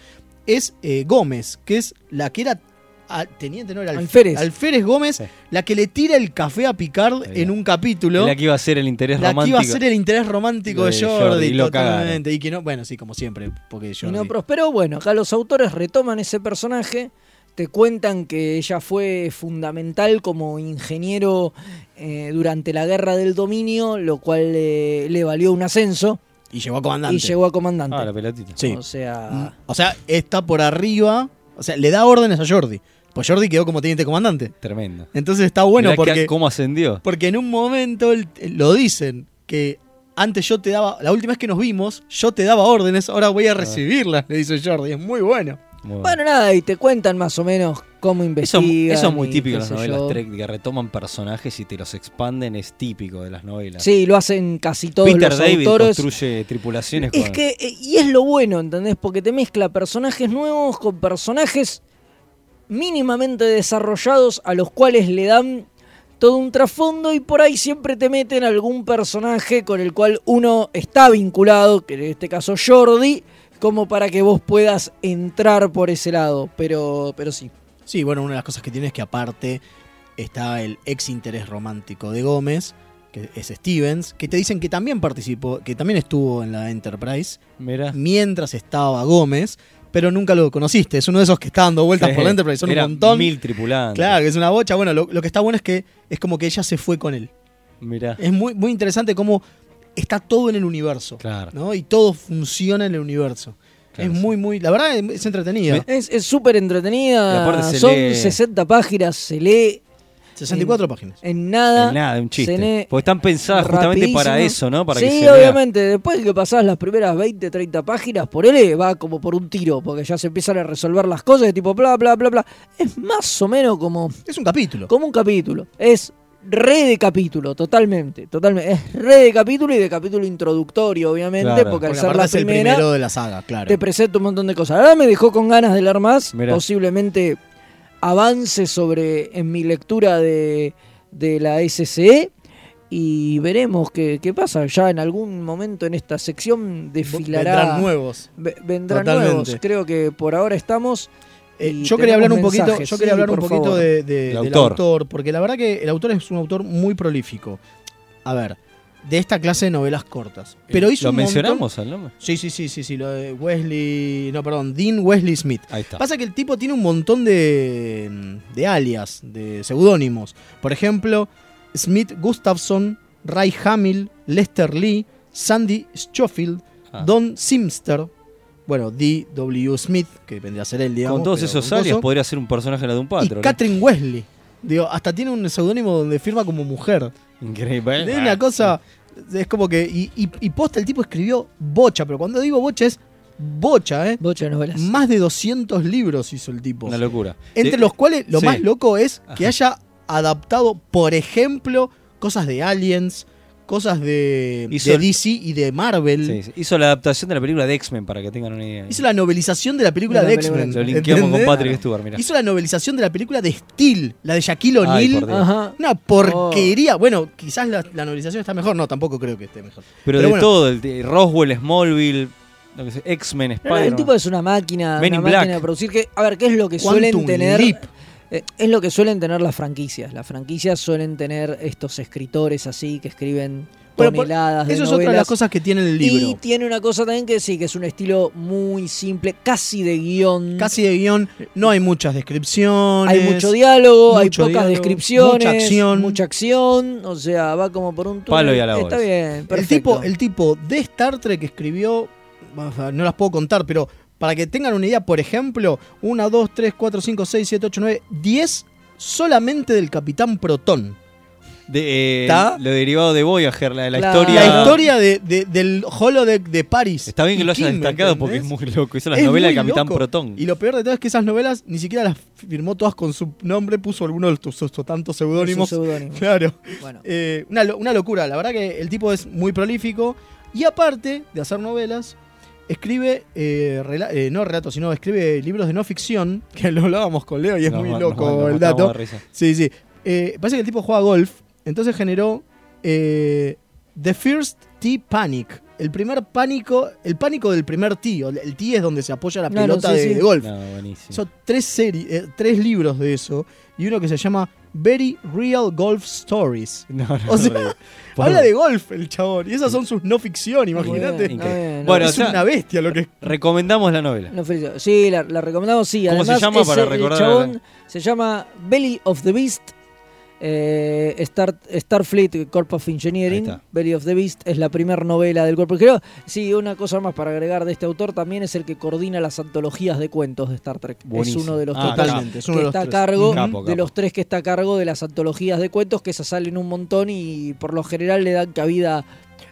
D: Es eh, Gómez, que es la que era... a- teniente, no era alf-
C: Alférez.
D: Alférez Gómez,
B: Sí.
D: la que le tira el café a Picard
B: Ahí va.
D: en un capítulo.
B: La que iba a ser el interés
D: La que
B: romántico.
D: iba a ser el interés romántico de
B: De
D: Jordi,
B: Jordi, y lo cagaron.
D: totalmente. Y que no, bueno, sí, como siempre, porque
C: Y
D: Jordi.
C: no prosperó. Bueno, acá los autores retoman ese personaje. Te cuentan que ella fue fundamental como ingeniero eh, durante la guerra del dominio, lo cual eh, le valió un ascenso
D: y llegó a comandante.
C: y llegó a comandante.
B: Ah, la pelotita.
D: Sí. Mm.
C: O sea,
D: O sea, está por arriba. O sea, le da órdenes a Jordi. Pues Jordi quedó como teniente comandante.
B: Tremendo.
D: Entonces está bueno
B: Mirá que-
D: porque,
B: ¿Cómo ascendió?
D: porque en un momento el- lo eh, dicen que Antes yo te daba, la última vez que nos vimos, yo te daba órdenes, ahora
B: Ah.
D: voy a recibirlas, le dice Jordi. Es muy bueno.
B: Muy bueno.
C: Bueno, nada, y te cuentan más o menos cómo
B: Mm. Eso,
C: investigan.
B: eso es muy
C: y
B: típico
C: qué
B: de las
C: sé
B: novelas
C: yo.
B: Trek, que retoman personajes y te los expanden, es típico de las novelas.
C: Sí, lo hacen casi todos
B: Peter
C: los
B: David
C: autores.
B: construye tripulaciones
C: Es
B: con-
C: que, eh, y es lo bueno, ¿entendés? Porque te mezcla personajes nuevos con personajes mínimamente desarrollados a los cuales le dan todo un trasfondo y por ahí siempre te meten algún personaje con el cual uno está vinculado, que en este caso Jordi, como para que vos puedas entrar por ese lado, pero, pero sí.
D: Sí, bueno, una de las cosas que tiene es que aparte está el ex interés romántico de Gómez, que es Stevens, que te dicen que también participó, que también estuvo en la Enterprise
B: Mirá.
D: mientras estaba Gómez, pero nunca lo conociste. Es uno de esos que está dando vueltas por la Enterprise, son
B: Eran
D: un montón.
B: mil tripulantes.
D: Claro, que es una bocha. Bueno, lo, lo que está bueno es que es como que ella se fue con él.
B: Mirá.
D: Es muy, muy interesante cómo está todo en el universo.
B: Claro.
D: ¿no? Y todo funciona en el universo.
B: Claro,
D: es
B: sí.
D: muy, muy. La verdad es, es entretenida.
B: Me-
C: Es es súper
B: Ah. Y aparte
C: entretenida,
B: se
C: son
B: lee-
C: 60 páginas, se lee
D: 64 páginas.
C: en nada.
B: En nada, un chiste.
C: Cené
B: Porque están pensadas justamente para
C: rapidísimo.
B: eso, ¿no? Para
C: sí,
B: que se lea.
C: obviamente. Después de que pasás las primeras 20, 30 páginas, por él va como por un tiro, porque ya se empiezan a resolver las cosas de tipo bla, bla, bla, bla. Es más o menos como,
D: Es un capítulo.
C: como un capítulo. Es re de capítulo, totalmente. totalmente. Es re de capítulo y de capítulo introductorio, obviamente,
B: Claro.
C: porque al
D: Porque
C: ser
D: aparte
C: la
D: es el
C: primera,
D: primero de la saga, claro.
C: te presento un montón de cosas. Ahora me dejó con ganas de leer más,
B: Mirá.
C: posiblemente avance sobre en mi lectura de, de la SCE y veremos qué, qué pasa. Ya en algún momento en esta sección desfilará.
D: Vendrán nuevos.
C: ve- vendrán
D: Totalmente.
C: nuevos. Creo que por ahora estamos.
D: Eh,
C: y
D: yo quería hablar
C: tenemos
D: un poquito,
C: mensajes.
D: yo quería
C: Sí,
D: hablar un
C: por
D: poquito
C: favor.
D: de- de- del
B: El autor.
D: autor. porque la verdad que el autor es un autor muy prolífico. A ver, de esta clase de novelas cortas. Pero hizo
B: Eh, ¿Lo
D: un montón-
B: mencionamos al nombre?
D: Sí, sí, sí, sí, sí, lo de Wesley, no, perdón, Dean Wesley Smith.
B: Ahí está.
D: Pasa que el tipo tiene un montón de, de alias, de seudónimos. Por ejemplo, Smith Gustafson, Ray Hamill, Lester Lee, Sandy Schofield,
B: Ah.
D: Don Simster, bueno, D.W. Smith, que vendría a ser él, digamos.
B: con todos
D: pero
B: esos
D: coso,
B: alias podría ser un personaje la de un
D: Y
B: patro. ¿no?
D: Catherine Wesley. Digo, hasta tiene un seudónimo donde firma como mujer.
B: Increíble. ah.
D: Es una cosa. Es como que. Y, y, y posta, el tipo escribió bocha, pero cuando digo bocha es bocha, ¿eh?
C: Bocha de novelas.
D: Más de 200 libros hizo el tipo.
B: Una locura.
D: Entre
B: De-
D: los cuales lo
B: sí.
D: más loco es que
B: Ajá.
D: haya adaptado, por ejemplo, cosas de Aliens, cosas de,
B: Hizo
D: de
B: el-
D: DC y de Marvel.
B: Sí, sí. Hizo la adaptación de la película de X-Men para que tengan una idea.
D: Hizo la novelización de la película
C: De la
D: de
C: película
D: X-Men.
B: Lo linkeamos
D: ¿entendés?
B: con Patrick Stewart, mirá.
D: Hizo la novelización de la película de Steel, la de Shaquille
B: Ay, por
D: O'Neal.
B: Dios.
C: Ajá.
D: Una porquería. Bueno, quizás la, la novelización está mejor. No, tampoco creo que esté mejor. Pero
B: Pero, de
D: bueno.
B: todo, el de Roswell, Smallville, lo que sea, X-Men,
C: No, no, el
B: Spider-Man.
C: tipo es una máquina,
B: Men
C: una
B: in Black.
C: máquina de producir. Que, a ver, ¿qué es lo que
D: Quantum
C: suelen tener?
D: Leap.
C: Eh, es lo que suelen tener las franquicias. Las franquicias suelen tener estos escritores así que escriben
D: Bueno, por-
C: toneladas de
D: Eso es otra de las
C: novelas.
D: cosas que tiene el
C: Y
D: libro.
C: tiene una cosa también que sí, que es un estilo muy simple, casi de guión.
D: Casi de guión, no hay muchas descripciones.
C: hay mucho diálogo, hay
D: mucho
C: pocas
D: diálogo,
C: descripciones,
D: mucha acción.
C: mucha acción, o sea, va como por un túnel.
B: Palo y a la
C: Está
B: bolsa.
C: bien,
D: El
C: perfecto.
D: tipo, el tipo de Star Trek escribió, o sea, no las puedo contar, pero para que tengan una idea, por ejemplo, 1, 2, 3, 4, 5, 6, 7, 8, 9, 10 solamente del Capitán Protón.
B: De, eh,
D: Está-
B: Lo derivado de Voyager, la, la
C: Claro.
B: historia.
D: La historia de, de- del holodeck de París.
B: Está bien que
D: y
B: lo hayas
D: Kim,
B: destacado
D: ¿entendés?
B: porque es muy loco. Hizo las
D: Es
B: novelas
D: muy
B: de Capitán
D: loco.
B: Protón.
D: Y lo peor de todo es que esas novelas ni siquiera las firmó todas con su nombre, puso algunos de tus- sus tantos
C: Es un
D: seudónimos.
C: seudónimo.
D: Claro.
C: Bueno,
D: Eh, una, lo- una locura, la verdad que el tipo es muy prolífico y aparte de hacer novelas, escribe, eh, rela- eh, no relatos, sino escribe libros de no ficción, [laughs] que lo hablábamos con Leo y es
B: Nos
D: muy
B: ma-
D: loco
B: nos ma- nos
D: el
B: matamos
D: dato.
B: de risa.
D: Sí, sí. Eh, parece que el tipo juega golf, entonces generó eh, The First Tee Panic. El primer pánico, el pánico del primer tee. o El tee es donde se apoya la
C: Claro,
D: pelota
C: sí,
D: de,
C: sí.
D: de golf.
B: No, buenísimo.
D: Son tres, series, tres libros de eso y uno que se llama Very Real Golf Stories.
B: [laughs] No, no,
D: O sea,
B: no, no.
D: Habla de golf el chabón. Y esas son sus no ficción, imagínate.
C: Bueno, bueno.
B: Bueno,
D: es
B: o sea, ah,
D: una bestia lo que es.
B: recomendamos la novela.
C: No, Felicio. Sí, la, la recomendamos, sí.
B: ¿Cómo se
C: Además,
B: llama para
C: ese-
B: recordar?
C: El chabón se llama Belly of the Beast. eh, Star, Starfleet Corp of
B: Ahí
C: Engineering,
B: está.
C: Belly of the Beast, es la primera novela del cuerpo ingeniero. Sí, una cosa más para agregar de este autor también es el que coordina las antologías de cuentos de Star Trek.
B: Buenísimo.
C: Es uno de los
B: Ah,
C: total
D: Totalmente, es uno
C: que
D: de los
C: está a
D: tres.
C: cargo
B: Capo,
C: de
B: capo.
C: los tres que está a cargo de las antologías de cuentos que se salen un montón y por lo general le dan cabida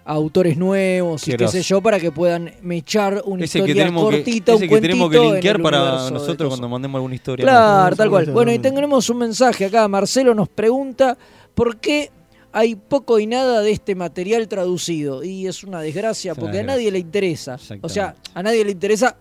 C: a autores nuevos y
B: Quiero-
C: qué sé yo para que puedan mechar una
B: Ese que
C: historia
B: tenemos que,
C: cortita, un
B: ese que tenemos que
C: cuentito en
B: linkear
C: el
B: para
C: universo de
B: nosotros
C: cosas.
B: cuando mandemos alguna historia.
C: Claro, tal cual.
D: Absolutamente.
C: Bueno, y tenemos un mensaje acá. Marcelo nos pregunta por qué hay poco y nada de este material traducido. Y es una desgracia
B: Es una
C: porque a
B: desgracia.
C: nadie le interesa. O sea,
B: Exactamente.
C: a nadie le interesa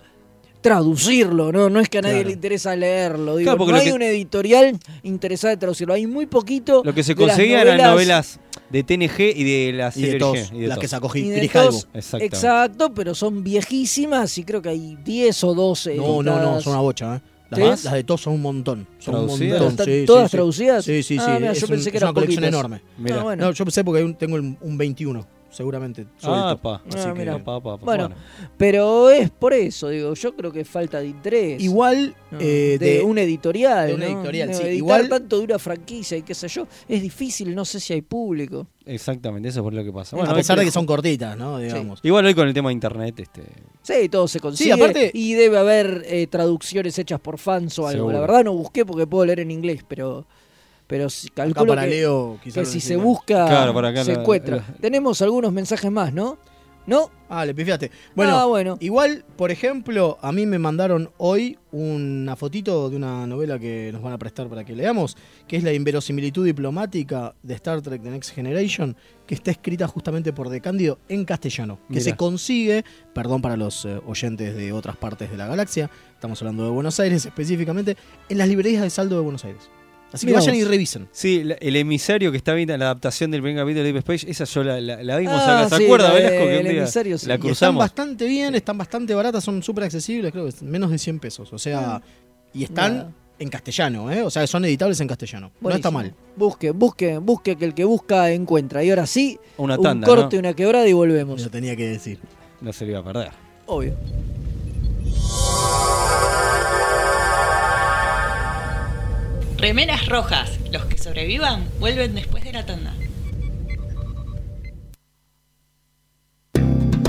C: traducirlo, ¿no? No es que a nadie
D: Claro.
C: le interesa leerlo. Digo,
B: Claro, porque
C: no
B: lo
C: hay
B: que-
C: una editorial interesada en traducirlo. Hay muy poquito.
B: Lo que se
C: de las
B: conseguía eran novelas de TNG y de la
D: Y de
B: serie
D: todos,
B: G, y de
D: las
B: tos.
D: que sacó
C: y de
D: Grijalvo.
C: tos-
B: Exactamente.
C: Exacto, pero son viejísimas y creo que hay 10 o 12.
D: No, no, no,
C: editadas.
D: son una bocha, ¿eh? Las,
C: ¿Sí?
D: más- las de todos son un montón. Son un
B: ¿Traducidas?
D: montón.
C: ¿Están
D: sí, sí,
C: todas
D: sí.
C: traducidas?
D: Sí, sí, sí.
C: Ah, mira,
D: es
C: yo
D: un-
C: pensé que
D: es
C: eran
D: una colección
C: poquitas.
D: enorme.
B: Mirá.
C: Ah, bueno.
D: No, yo pensé porque hay un- tengo el- un 21, seguramente.
B: Ah,
D: suelto.
B: pa.
C: Ah,
B: Así que-
C: mirá.
B: pa, pa, pa.
C: Bueno. Pero es por eso, digo, yo creo que falta de interés.
D: Igual,
C: ¿no?
D: eh,
C: de,
D: de,
C: un editorial.
D: de una
C: ¿no?
D: editorial,
C: Digo,
D: sí.
C: editar
D: Igual-
C: tanto dura franquicia y qué sé yo. Es difícil, no sé si hay público.
B: Exactamente, eso es por lo que pasa. Bueno,
D: a
B: hoy-
D: pesar de que son cortitas, ¿no? Digamos.
B: Igual hoy con el tema de internet, este.
C: Sí, todo se consigue.
D: aparte-
C: Y debe haber eh, traducciones hechas por fans o algo.
B: Seguro.
C: La verdad no busqué porque puedo leer en inglés, pero, pero si-
D: Acá
C: calculo
D: para
C: que,
D: Leo, quizás.
C: que
D: lo
C: si se
D: necesitan.
C: busca
B: Claro, para acá
C: se
B: la-
C: encuentra.
B: la-
C: Tenemos algunos mensajes más, ¿no? ¿No?
D: Ah, le pifiaste. Bueno,
C: Ah, bueno.
D: igual, por ejemplo, a mí me mandaron hoy una fotito de una novela que nos van a prestar para que leamos, que es La inverosimilitud diplomática de Star Trek The Next Generation, que está escrita justamente por De Cándido en castellano, que
B: Mirá.
D: se consigue, perdón para los eh, oyentes de otras partes de la galaxia, estamos hablando de Buenos Aires específicamente, en las librerías de saldo de Buenos Aires. Así que
B: Mirá
D: vayan
B: vos.
D: y revisen.
B: Sí, la- el emisario que está viendo la adaptación del primer capítulo de Deep Space, esa yo la, la- la vimos
C: Ah,
B: acá. ¿Se
C: sí,
B: acuerda,
C: la de-
B: Velasco? Que un
C: el
B: día
C: emisario, sí.
B: la
C: Y
D: Y están
B: cruzamos.
D: bastante bien, están bastante baratas, son súper accesibles, creo que es menos de 100 pesos. O sea, y están
C: Nada.
D: en castellano, ¿eh? O sea, son editables en castellano. No está
C: Buenísimo.
D: mal.
C: Busquen, busquen, busquen, que el que busca encuentra. Y ahora sí,
B: Una
C: un
B: tanda.
C: corte,
B: ¿no?
C: una quebrada y volvemos.
D: Eso tenía que decir.
B: no se le iba a perder.
C: Obvio.
J: Remeras rojas. Los que sobrevivan vuelven después de la tanda.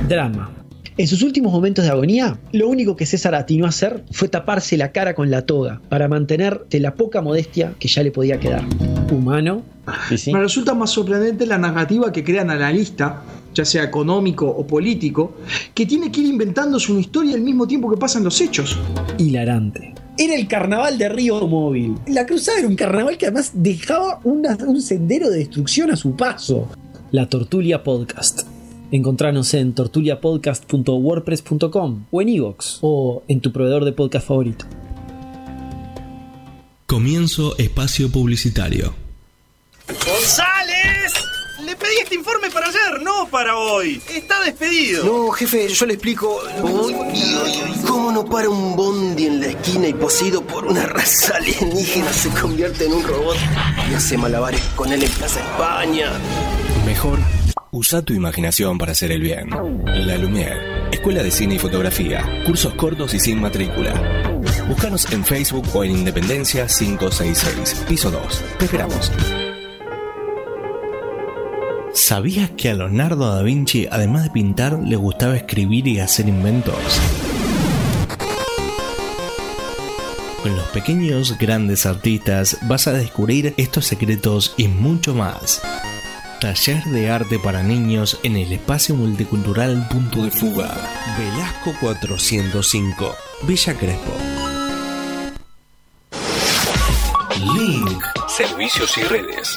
K: Drama. En sus últimos momentos de agonía, lo único que César atinó a hacer fue taparse la cara con la toga para mantener de la poca modestia que ya le podía quedar. Humano.
L: Me resulta más sorprendente la narrativa que crean analista, ya sea económico o político, que tiene que ir inventándose una historia al mismo tiempo que pasan los hechos.
K: Hilarante. Era el carnaval de Río Móvil. La cruzada era un carnaval que además dejaba un sendero de destrucción a su paso. La Tortulia Podcast. Encontranos en tortuliapodcast.wordpress.com o en iVoox o en tu proveedor de podcast favorito.
M: Comienzo espacio publicitario.
L: ¡González! Le pedí este informe para ayer, no para hoy. Está despedido.
K: No, jefe, yo le explico. ¿Cómo no para un bondi en la esquina y poseído por una raza alienígena se convierte en un robot y hace malabares con él en Plaza España?
M: Mejor, usa tu imaginación para hacer el bien. La Lumière, Escuela de Cine y Fotografía, cursos cortos y sin matrícula. Búscanos en Facebook o en Independencia 566, piso 2. Te esperamos. ¿Sabías que a Leonardo da Vinci, además de pintar, le gustaba escribir y hacer inventos? Con los pequeños grandes artistas vas a descubrir estos secretos y mucho más. Taller de arte para niños en el espacio multicultural Punto de Fuga. Velasco 405, Villa Crespo. Link. Servicios y redes.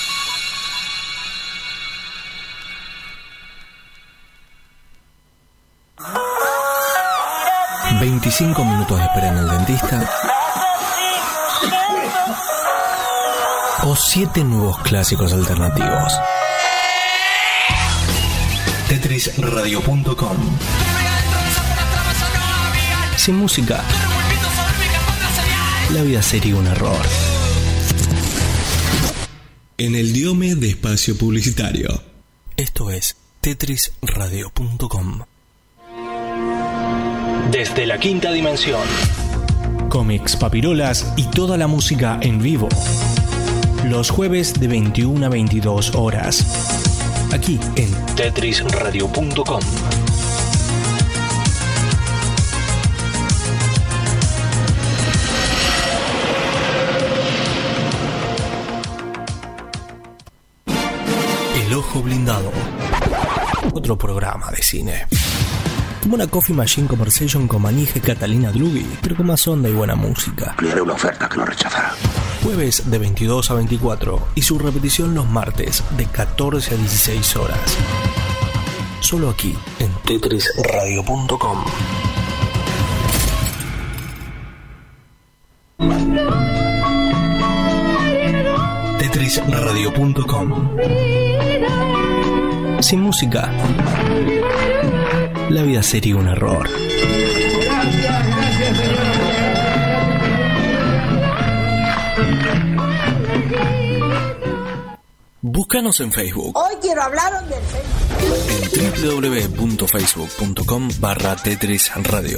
M: ¿25 minutos de espera en el dentista? o siete nuevos clásicos alternativos. TetrisRadio.com Sin música, la vida sería un error. En el diome de espacio publicitario. Esto es tetrisradio.com.
N: Desde la quinta dimensión.
M: Cómics, papirolas y toda la música en vivo. Los jueves de 21 a 22 horas. Aquí en
N: Tetrisradio.com.
M: El Ojo Blindado. Otro programa de cine. Como una coffee machine conversation con manija y Catalina Drugi, pero con más onda y buena música.
K: Le haré una oferta que no rechazará.
M: Jueves de 22 a 24 y su repetición los martes de 14 a 16 horas. Solo aquí en tetrisradio.com. Tetrisradio.com. Sin música, la vida sería un error. Búscanos en Facebook
O: Hoy quiero hablar del
M: www.facebook.com barra Tetris Radio.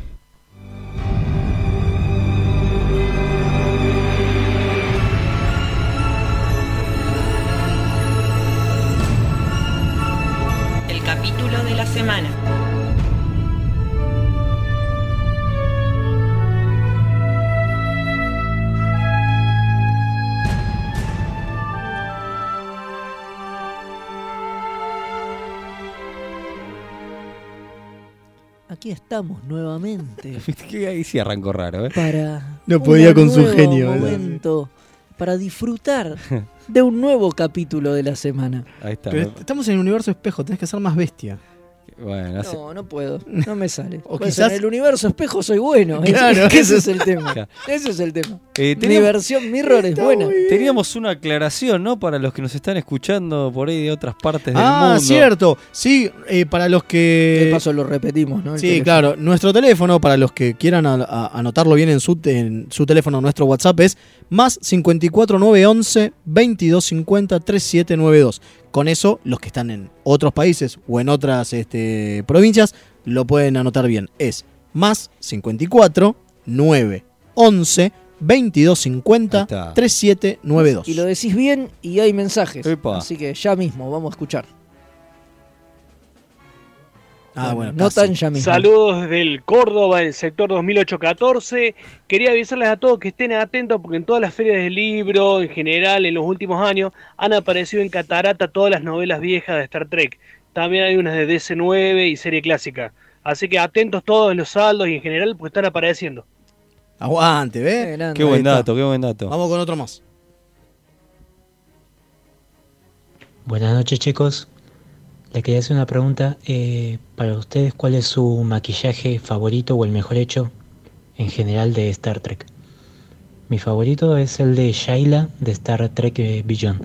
J: El capítulo de la semana.
C: Aquí
D: [laughs]
C: estamos nuevamente.
B: Que ahí sí arrancó raro, ¿eh?
C: Para
D: No podía
C: un
D: con su
C: nuevo
D: genio, ¿verdad?
C: Momento
D: [laughs]
C: para disfrutar de un nuevo capítulo de la semana.
B: Ahí está.
D: Pero este- est- estamos en el universo espejo, tenés que ser más bestia.
B: Bueno, hace-
C: No, no
D: [laughs]
C: puedo. No me sale.
D: Ah, O
C: Pues
D: quizás-
C: En el universo espejo soy bueno. Ese- [laughs]
D: Claro,
C: ese,
D: eso-
C: es el
D: [laughs]
C: tema.
B: Claro.
C: Ese es el tema.
B: Eh,
C: Mi
B: teníamos-
C: versión mirror es buena.
B: Teníamos una aclaración, ¿no? Para los que nos están escuchando por ahí de otras partes del
D: Ah,
B: mundo.
D: cierto. Sí, eh, para los que.
C: De paso lo repetimos, ¿no? El
D: Sí,
C: teléfono.
D: claro. Nuestro teléfono, para los que quieran a- a- anotarlo bien en su, te- en su teléfono, nuestro WhatsApp es más 54911 2250 3792. Con eso, los que están en otros países o en otras este, provincias lo pueden anotar bien. Es más 54 9 11 2250 3792.
C: Y lo decís bien y hay mensajes.
D: Epa.
C: Así que ya mismo, vamos a escuchar.
D: Ah, bueno,
C: no
D: casi.
C: tan ya mismo.
P: Saludos del Córdoba, del sector 2814. Quería avisarles a todos que estén atentos porque en todas las ferias del libro, en general, en los últimos años, han aparecido en catarata todas las novelas viejas de Star Trek. También hay unas de DC9 y serie clásica. Así que atentos todos en los saldos y en general porque están apareciendo.
D: Aguante, ¿ves?
B: Qué buen dato, qué buen dato.
D: Vamos con otro más.
Q: Buenas noches chicos, le quería hacer una pregunta. eh, para ustedes, ¿cuál es su maquillaje favorito o el mejor hecho en general de Star Trek? Mi favorito es el de Shaila de Star Trek eh, Beyond.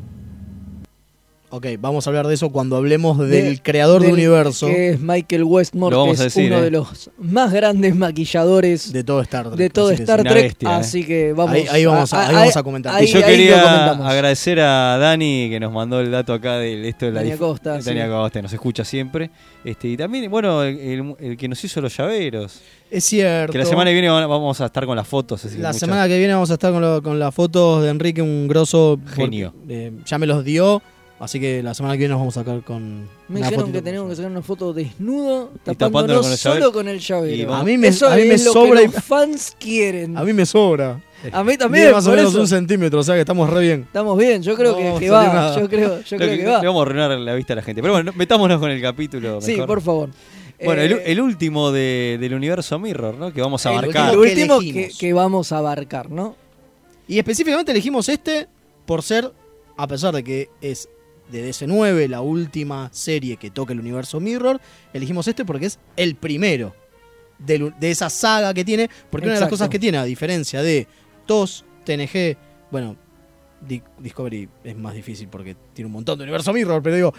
D: Ok, vamos a hablar de eso cuando hablemos del
C: De-
D: creador de
C: del-
D: universo.
C: Que es Michael Westmore,
D: Lo
C: que
D: vamos
C: es
D: a decir,
C: uno
D: eh.
C: de los más grandes maquilladores
D: de todo Star Trek.
C: De todo
D: así que
C: Star
D: sí. Una
C: Trek,
D: bestia, eh.
C: así que vamos Ah,
D: Ahí- ahí vamos a- ahí vamos a comentar.
C: ahí-
B: y yo
C: ahí lo
B: quería
C: comentamos.
B: agradecer a Dani que nos mandó el dato acá de esto de la
C: Dani
B: dif-
C: Acosta,
B: de Dani
C: sí.
B: Acosta, nos escucha siempre. Este, y también, bueno, el, el- el que nos hizo los llaveros.
D: Es cierto.
B: Que la semana que viene van- vamos a estar con las fotos. así que
D: La
B: muchas-
D: semana que viene vamos a estar con, lo- con las fotos de Enrique, un grosso porque,
B: Genio.
D: eh, ya me los dio, así que la semana que viene nos vamos a sacar con
C: Me
D: una
C: dijeron
D: fotito.
C: que teníamos que sacar una foto desnudo,
D: tapándolo
C: tapándonos
D: con el llavero.
C: solo con el
D: Y
C: llavero.
D: vamos- A mí me-
C: Eso
D: a mí me
C: es lo
D: sobra
C: que
D: y-
C: los fans quieren.
D: A mí me sobra.
C: A mí también,
D: Mide más o
C: por
D: menos
C: eso.
D: un centímetro, o sea que estamos re bien.
C: Estamos bien, yo creo
D: No
C: que,
D: vamos
C: que
D: a hacer
C: va.
D: nada.
C: Yo creo,
B: Lo
C: yo creo
B: que-
C: que va.
B: Le vamos a arruinar la vista a la gente. Pero bueno, metámonos con el capítulo.
C: Sí,
B: mejor.
C: por favor.
B: Bueno, el,
C: Eh,
B: el último de- del universo Mirror, ¿no? Que vamos a
D: El
B: abarcar.
C: El último que, que vamos a abarcar, ¿no?
D: Y específicamente elegimos este por ser, a pesar de que es de DC9, la última serie que toca el universo Mirror, elegimos este porque es el primero del- de esa saga que tiene. Porque una de las
C: Exacto.
D: cosas que tiene, a diferencia de TOS, TNG, bueno, Di- Discovery es más difícil porque tiene un montón de universo Mirror, pero digo,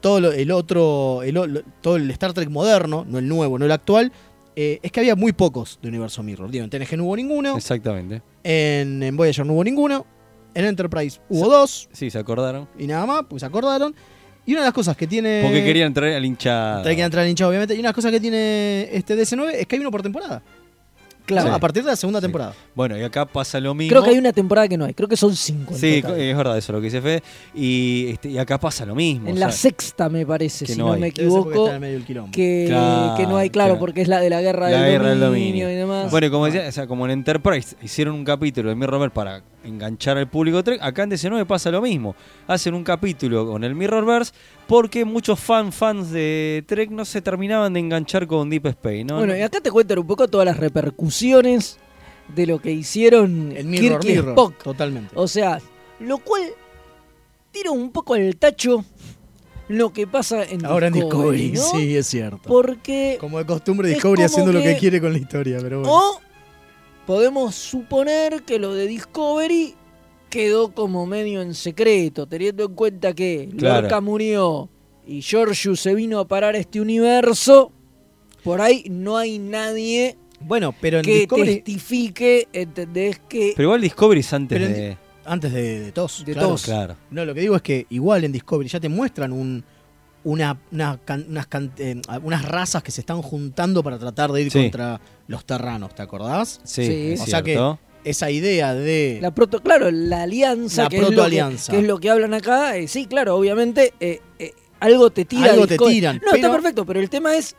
D: todo lo- el otro, el o- lo- todo el Star Trek moderno, no el nuevo, no el actual, eh, es que había muy pocos de universo Mirror. Digo, en TNG no hubo ninguno,
B: Exactamente.
D: en, en Voyager no hubo ninguno, en Enterprise hubo dos,
B: Sí, se acordaron.
D: y nada más, pues se acordaron. Y una de las cosas que tiene.
B: Porque querían traer al hincha.
D: Trae que entrar al hinchado, obviamente. Y una de las cosas que tiene este DC9 es que hay uno por temporada.
B: Claro.
D: O sea,
B: Sí.
D: A partir de la segunda temporada.
B: Bueno, y acá pasa lo mismo.
C: Creo que hay una temporada que no hay, creo que son cinco. en
B: Sí, eh,
C: total.
B: es verdad eso lo que dice Fede. Y, este, y acá pasa lo mismo.
C: En
B: o
C: la
B: sea,
C: sexta me parece,
B: que
C: si
B: no
C: no,
B: hay.
C: me
D: ser
B: Debe
D: porque
C: equivoco,
D: está en el medio del quilombo.
C: que,
B: Claro,
C: que no hay, claro,
B: claro.
C: porque es la de la guerra,
B: la
C: del,
B: guerra del
C: dominio
B: dominio
C: y demás.
B: Bueno, y como decía, o sea, como en Enterprise hicieron un capítulo de Mirrorverse para enganchar al público Trek, acá en DC9 pasa lo mismo. Hacen un capítulo con el Mirrorverse porque muchos fan fans de Trek no se terminaban de enganchar con Deep Space, ¿no?
C: Bueno, y acá te cuentan un poco todas las repercusiones de lo que hicieron
D: El Mirror,
C: Kirk y
D: Mirror.
C: Spock.
D: Totalmente.
C: O sea, lo cual tira un poco al tacho lo que pasa en
D: Ahora en Discovery,
C: ¿no?
D: sí, es cierto.
C: Porque
D: Como de costumbre,
C: Es
D: Discovery
C: como
D: haciendo lo que
C: que-
D: quiere con la historia, pero bueno.
C: o podemos suponer que lo de Discovery quedó como medio en secreto, teniendo en cuenta que
B: Claro.
C: Lorca murió y Georgiou se vino a parar a este universo. Por ahí no hay nadie
D: Bueno, pero en
C: que
D: Discovery.
C: testifique, ¿entendés? Que
B: Pero igual Discovery es antes
D: Pero en
B: de.
D: Antes de, de TOS.
C: De
D: claro.
B: TOS. Claro.
D: No, lo que digo es que igual en Discovery ya te muestran un. Una, una can- unas, can- eh, unas razas que se están juntando para tratar de ir
B: Sí.
D: contra los terranos, ¿te acordás?
B: Sí, Sí. es
D: O sea que
B: cierto.
D: esa idea de
C: La proto, claro, la alianza,
D: La
C: que, es lo
D: protoalianza.
C: que, que es lo que hablan acá. eh, sí, claro, obviamente eh, eh, algo te tira.
D: Algo te
C: Discord.
D: tiran,
C: No,
D: pero-
C: está perfecto, pero el tema es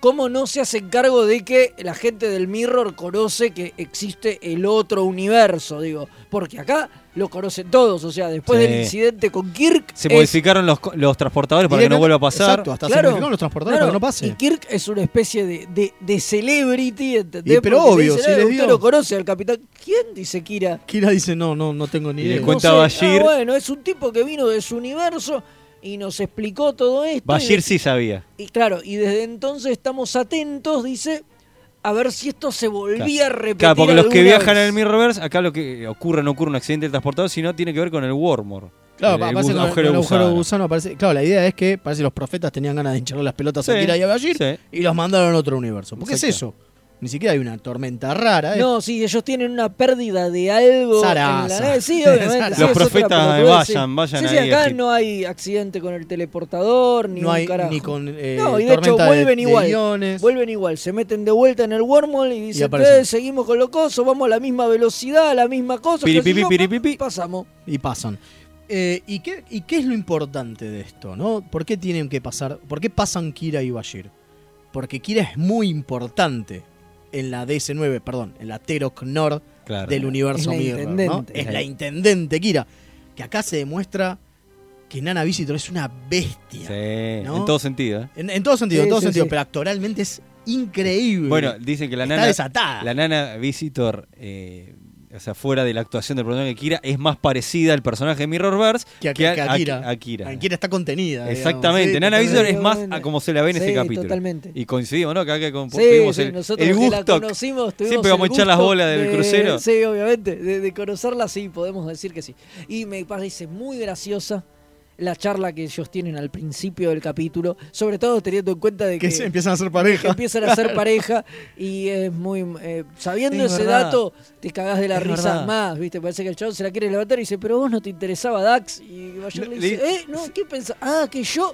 C: cómo no se hacen cargo de que la gente del Mirror conoce que existe el otro universo, digo. Porque acá lo conocen todos, o sea, después
B: Sí.
C: del incidente con Kirk...
B: Se
C: es-
B: modificaron los, co- los transportadores para que no vuelva a pasar.
D: Exacto, hasta se modificaron los transportadores
C: claro,
D: para que no pase.
C: Y Kirk es una especie de, de, de celebrity, ¿entendés?
D: Y, pero
C: Porque le
D: obvio,
C: dicen,
D: sí
C: "Ah,
D: les
C: usted
D: dio".
C: lo conoce al capitán. ¿Quién dice Kira?
D: Kira dice, no, no, no tengo ni
B: Y le
D: idea.
B: cuenta
C: No
B: a
C: sé,
B: Bashir.
C: ah, bueno, es un tipo que vino de su universo y nos explicó todo esto.
B: Bashir
C: y,
B: sí sabía.
C: y claro, y desde entonces estamos atentos, dice, a ver si esto se volvía a repetir.
B: Claro, porque los que
C: alguna
B: viajan
C: vez.
B: en el Mirrorverse, acá lo que ocurre no ocurre un accidente del transportador, sino tiene que ver con el Warmor.
D: Claro,
B: el,
D: pa-
B: el
D: pasa
B: bu-
D: con el-
B: eh, agujero
D: con el agujero
B: gusano.
D: gusano aparece- Claro, la idea es que parece que los profetas tenían ganas de hincharle las pelotas a
B: Sí,
D: Kira y a Bashir
B: sí.
D: y los mandaron a otro universo. ¿Por qué es eso?
B: Exacto.
D: Ni siquiera hay una tormenta rara. ¿eh?
C: No, sí, ellos tienen una pérdida de algo. En la
D: Zaraza. [laughs]
C: nave. Sí, obviamente.
D: Los
C: sí, es otra
B: profetas,
C: pelotudez, sí.
B: vayan, vayan
C: Sí, sí,
B: ahí a
C: acá
B: Egipto.
C: no hay accidente con el teleportador, ni
D: No
C: un
D: hay
C: carajo.
D: ni con, eh,
C: no, y de hecho
D: tormenta de-
C: vuelven
D: de
C: igual.
D: iones.
C: Vuelven igual, se meten de vuelta en el wormhole y dicen,
D: aparecen.
C: "Ustedes, seguimos con lo coso, vamos a la misma velocidad, a la misma cosa. qué sé
B: Piripipi,
C: yo,
B: piripipi.
C: Pasamos.
D: Y pasan. Eh, ¿y, qué, ¿Y qué es lo importante de esto? ¿no? ¿Por qué tienen que pasar? ¿Por qué pasan Kira y Bashir? Porque Kira es muy importante en la DS9, perdón, en la Terok Nord
B: Claro.
D: del universo
C: Es la
D: Mirror. ¿no?
C: intendente.
D: Es la intendente Kira. Que acá se demuestra que Nana Visitor es una bestia.
B: Sí,
D: ¿no?
B: en todo sentido. ¿eh?
D: En, en todo sentido,
C: Sí,
D: en todo
C: sí,
D: sentido.
C: sí.
D: Pero actoralmente es increíble.
B: Bueno, dicen que la
D: Está
B: nana.
D: desatada.
B: La nana Visitor, eh, o sea, fuera de la actuación del personaje de Kira, es más parecida al personaje de Mirrorverse
D: que, a-
B: que a,
D: que a Kira.
B: a Kira.
D: A Kira está contenida. digamos.
B: Exactamente,
D: Sí,
B: Nana Visitor es más
C: totalmente.
B: a como se la ve en
C: Sí,
B: ese capítulo.
C: totalmente.
B: Y coincidimos, ¿no? Que acá con,
C: Sí,
B: tuvimos
C: sí,
B: el,
C: nosotros
B: el
C: que la
B: gusto.
C: conocimos, tuvimos
B: Siempre
C: el
B: vamos a echar las
C: gusto
B: bolas del
C: de-
B: crucero.
C: Sí, obviamente, de, de conocerla sí, podemos decir que sí. Y me parece muy graciosa la charla que ellos tienen al principio del capítulo, sobre todo teniendo en cuenta de que,
D: Que se empiezan a ser
C: que
D: pareja.
C: empiezan a ser pareja y es muy... eh, sabiendo
B: Es
C: ese
B: verdad.
C: dato, te cagás de la
B: Es
C: risa
B: verdad.
C: más, ¿viste? Parece que el chabón se la quiere levantar y dice, pero vos no te interesaba Dax. Y Bayer le,
B: Le-
C: dice,
B: le-
C: eh, no, ¿qué pensás? Ah, que yo...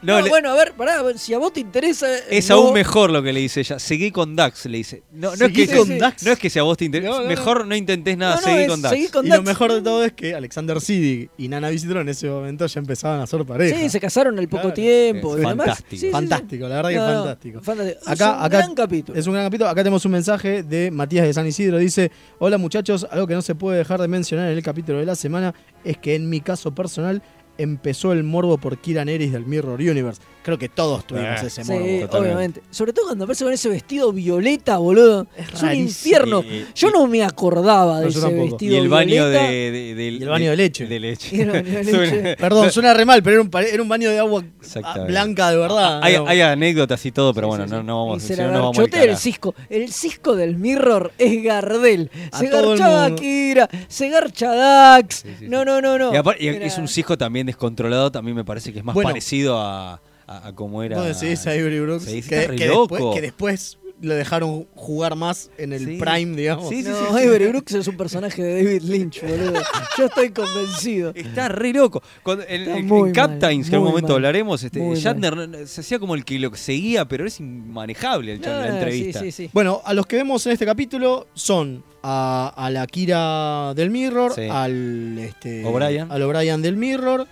B: No,
C: No,
B: le-
C: bueno, a ver, pará, a ver, si a vos te interesa... eh,
B: Es
C: no".
B: aún mejor lo que le dice ella. Seguí con Dax, le dice. No, no es
D: Seguí
B: que
D: con
B: se-
D: Dax.
B: no es que sea vos te interese.
D: No, no, no.
B: mejor no intentes nada,
C: No, no,
B: seguí
C: es
B: con Dax.
C: seguí con
D: Y
C: Dax.
D: lo mejor de todo es que Alexander Siddig y Nana Visitor en ese momento ya empezaban a ser pareja.
C: Sí, se casaron al poco
D: Claro.
C: tiempo.
B: Es
C: y demás.
B: fantástico.
C: Sí, sí, sí.
D: Fantástico, la verdad que es
C: No, no,
D: fantástico.
C: fantástico. Es
D: Acá-
C: un
D: acá
C: gran capítulo.
D: Es un gran capítulo. Acá tenemos un mensaje de Matías de San Isidro. Dice: Hola muchachos, algo que no se puede dejar de mencionar en el capítulo de la semana es que en mi caso personal, empezó el morbo por Kiran Eris del Mirror Universe. Creo que todos tuvimos
C: Eh,
D: ese
C: sí,
D: morbo.
C: obviamente. Sobre todo cuando aparece con ese vestido violeta, boludo. Es, un
D: rarísimo.
C: infierno.
B: Y-
C: Yo no me acordaba de
D: No, yo
C: ese
D: tampoco.
C: vestido
B: Y el baño
C: violeta.
B: de, de- del-
D: Y el baño de leche.
B: De leche.
C: Y el baño de leche.
B: [laughs] Suena-
D: Perdón, suena re mal, pero era un, pare- era un baño de agua ah, blanca de verdad.
C: Ah,
B: Hay,
D: Era-
B: hay anécdotas y todo, pero bueno, No, no vamos,
C: Se
B: si
C: la
B: no, no vamos
C: garchó.
B: al
C: Usted era el
B: carajo.
C: cisco. El cisco del Mirror es Gardel.
D: A
C: Se
D: todo el
C: garchaba a
D: mundo.
C: Kira, se garcha a Dax. No, no, no, no.
B: Y apar- y
C: Era-
B: es un cisco también descontrolado, también me parece que es más
D: Bueno.
B: parecido a, a, a como era.
D: Vos decís a Avery Brooks,
B: Sí, sí,
D: que,
B: está re
D: que
B: loco.
D: después, que después lo dejaron jugar más en el
C: Sí.
D: prime, digamos.
C: no, Avery Brooks es un personaje de David Lynch, boludo. Yo estoy convencido.
B: Está re loco. Cuando- en,
C: Está
B: en- en
C: muy mal,
B: Captains, que en un
C: muy
B: momento
C: mal,
B: hablaremos, este,
C: muy
B: Shatner no- se hacía como el que lo seguía, pero es inmanejable el
C: Ah,
B: Shatner en la entrevista.
D: Bueno, a los que vemos en este capítulo son a, a la Kira del Mirror,
B: Sí.
D: al este,
B: O'Brien.
D: al O'Brien del Mirror,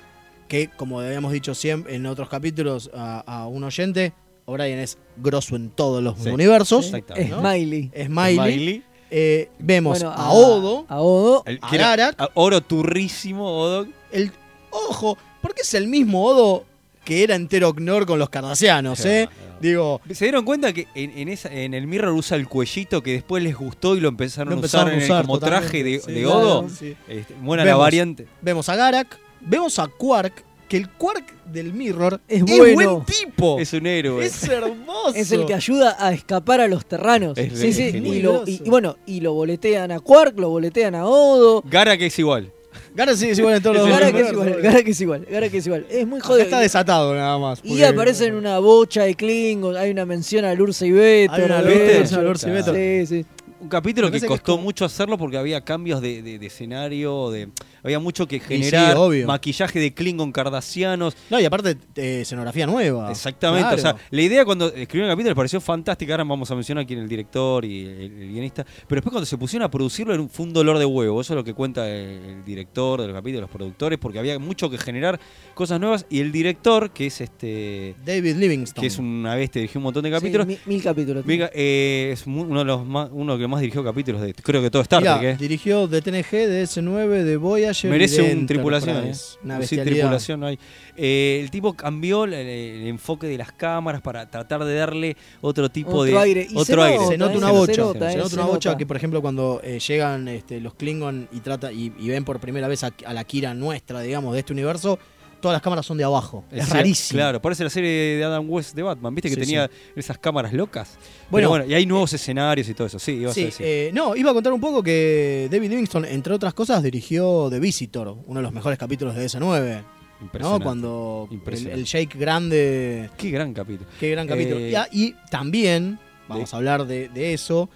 D: que como habíamos dicho siempre en otros capítulos a, a un oyente, O'Brien es grosso en todos los
B: Sí.
D: universos.
B: Sí. Exactamente.
C: Smiley.
D: Smiley.
B: Smiley.
D: Eh, vemos
C: Bueno,
D: a Odo,
C: A Odo.
B: El que
D: a
B: era-
D: Garak,
B: a- oro turrísimo, Odo.
D: el ojo, porque es el mismo Odo que era entero Gnor con los Cardassianos, ¿eh? Digo,
B: ¿Se dieron cuenta que en, en esa, en el Mirror usa el cuellito que después les gustó y lo empezaron,
D: Lo empezaron
B: a usar, en-
D: a usar
B: como traje de,
D: totalmente,
B: de
D: sí.
B: Odo?
D: Claro, sí.
B: Este, buena la
D: Vemos-
B: variante.
D: Vemos a Garak, vemos a Quark, que el Quark del Mirror es,
C: bueno.
D: buen tipo.
B: Oh. Es un héroe.
D: Es hermoso.
C: Es el que ayuda a escapar a los terranos.
B: Es
C: sí,
B: re-
C: sí.
B: genial.
C: Y, lo- y- y bueno, y lo boletean a Quark, lo boletean a Odo.
B: Gara que es igual.
D: Garak sí es igual en todos los
C: Gara que es
D: universos,
C: igual,
D: boludo.
C: Gara que es igual, Gara que es igual. Es muy
D: Acá
C: jodido.
D: está desatado nada más.
C: Y
D: porque-
C: aparecen una bocha de Klingons, hay una mención a Lurce y Beto.
D: Hay una
C: boludo.
D: mención a Lurce y Beto.
C: Sí, sí.
B: Un capítulo
C: Me
B: que
C: parece que
B: costó mucho hacerlo porque había cambios de, de- de escenario, de, había mucho que
D: sí,
B: generar,
D: obvio.
B: maquillaje de Klingon cardasianos.
D: No, y aparte, eh, escenografía nueva.
B: Exactamente,
D: Claro.
B: o sea, la idea cuando escribieron el capítulo les pareció fantástica, ahora vamos a mencionar quién es el director y el, el guionista, pero después cuando se pusieron a producirlo era un- fue un dolor de huevo, eso es lo que cuenta el, el director del capítulo, los productores, porque había mucho que generar cosas nuevas y el director, que es este...
D: David Livingstone.
B: Que es una bestia, dirigió un montón de capítulos.
C: Sí, mi- mil capítulos.
B: Mira, eh, es mu- uno de los más, uno que más dirigió capítulos de creo que todo Star
D: Mirá,
B: Trek. eh.
D: dirigió de TNG, de S9, de Voyager. y
B: Merece
D: de
B: un tripulación. eh.
D: Enterprise. Una
B: Un sin
D: bestialidad.
B: tripulación no hay. Eh, el tipo cambió el, el enfoque de las cámaras para tratar de darle otro tipo
C: Otro
B: de
C: aire. Y se
B: otro
C: nota,
B: aire.
C: eh,
D: Se nota una
C: se
D: bocha. Se
C: nota,
D: nota,
C: eh, se
D: una
C: nota.
D: bocha que, por ejemplo, cuando eh, llegan este, los Klingon y, trata, y, y ven por primera vez a, a la Kira nuestra, digamos, de este universo, todas las cámaras son de abajo. Es,
B: Sí,
D: rarísimo.
B: Claro, parece la serie de Adam West de Batman, viste que
D: Sí,
B: tenía esas cámaras locas. Pero
D: Bueno, eh,
B: Bueno, y hay nuevos escenarios y todo eso. Sí, ibas a
D: Sí,
B: decir.
D: eh, no, iba a contar un poco que David Livingston, entre otras cosas, dirigió The Visitor, uno de los mejores capítulos de S9. ¿no?
B: Impresionante.
D: Cuando el,
B: Impresionante.
D: el Jake Grande.
B: Qué gran capítulo.
D: Qué gran capítulo.
B: Eh,
D: Y a- y, también, vamos a hablar de, de eso,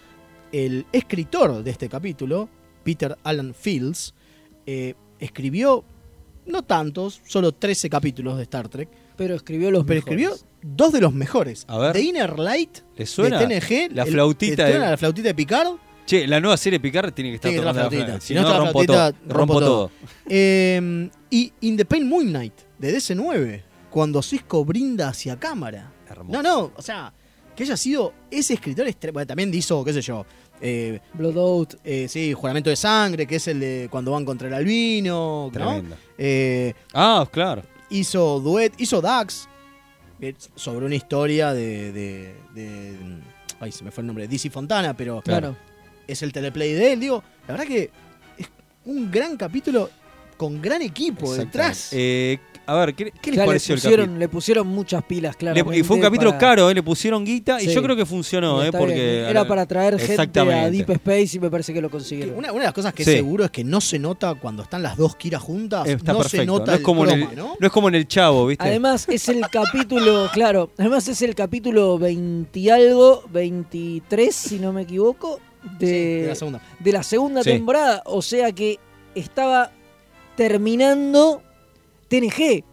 D: el escritor de este capítulo, Peter Alan Fields, eh, escribió, no tantos, solo 13 capítulos de Star Trek,
C: Pero escribió los
D: pero escribió
C: mejores.
D: dos de los mejores.
B: A ver.
D: The Inner Light,
B: ¿Le suena?
D: de TNG,
B: La
D: el-
B: flautita
D: ¿te
B: de-
D: suena la flautita de Picard.
B: Che, la nueva serie Picard tiene que estar
D: Tiene que
B: tocando
D: estar
B: la
D: la
B: flautita.
D: flautita.
B: Si
D: no
B: no,
D: está la
B: rompo,
D: flautita,
B: todo. rompo todo.
D: Eh, y In the Pain Moon Knight, de DC9, cuando Cisco brinda hacia cámara. No, no, o sea, que haya sido ese escritor estre- bueno, también hizo, qué sé yo, eh,
C: Bloodout.
D: eh, sí, Juramento de Sangre, que es el de cuando van contra el albino, ¿no?
B: Tremendo.
D: Eh,
B: Ah, claro.
D: hizo Duet, hizo Dax, que es sobre una historia de, de- de- Ay, se me fue el nombre, DC Fontana, pero
C: Claro.
D: es el teleplay de él. Digo, la verdad que es un gran capítulo con gran equipo
B: Exactamente.
D: detrás.
B: Eh, a ver, ¿qué, qué les
C: Ya le,
B: pareció el
C: pusieron,
B: capítulo?
C: le pusieron muchas pilas, claro.
B: Le- y fue un capítulo caro, eh, le pusieron guita
C: Sí.
B: y yo creo que funcionó, eh, porque
C: Era para traer gente a
B: Exactamente.
C: Deep Space y me parece que lo consiguieron.
D: Una, una de las cosas que
B: Sí.
D: seguro es que no se nota cuando están las dos Kiras juntas,
B: eh, Está
D: no
B: perfecto.
D: se nota
B: no, es
D: el
B: como en
D: croma,
B: el,
D: ¿no?
B: no es como en el Chavo, ¿viste?
C: Además es el capítulo,
B: [laughs]
C: claro, además es el capítulo 20 y algo, 23 si no me equivoco, de,
D: de la segunda.
C: de la segunda
B: Sí.
C: temporada, o sea que estaba terminando TNG,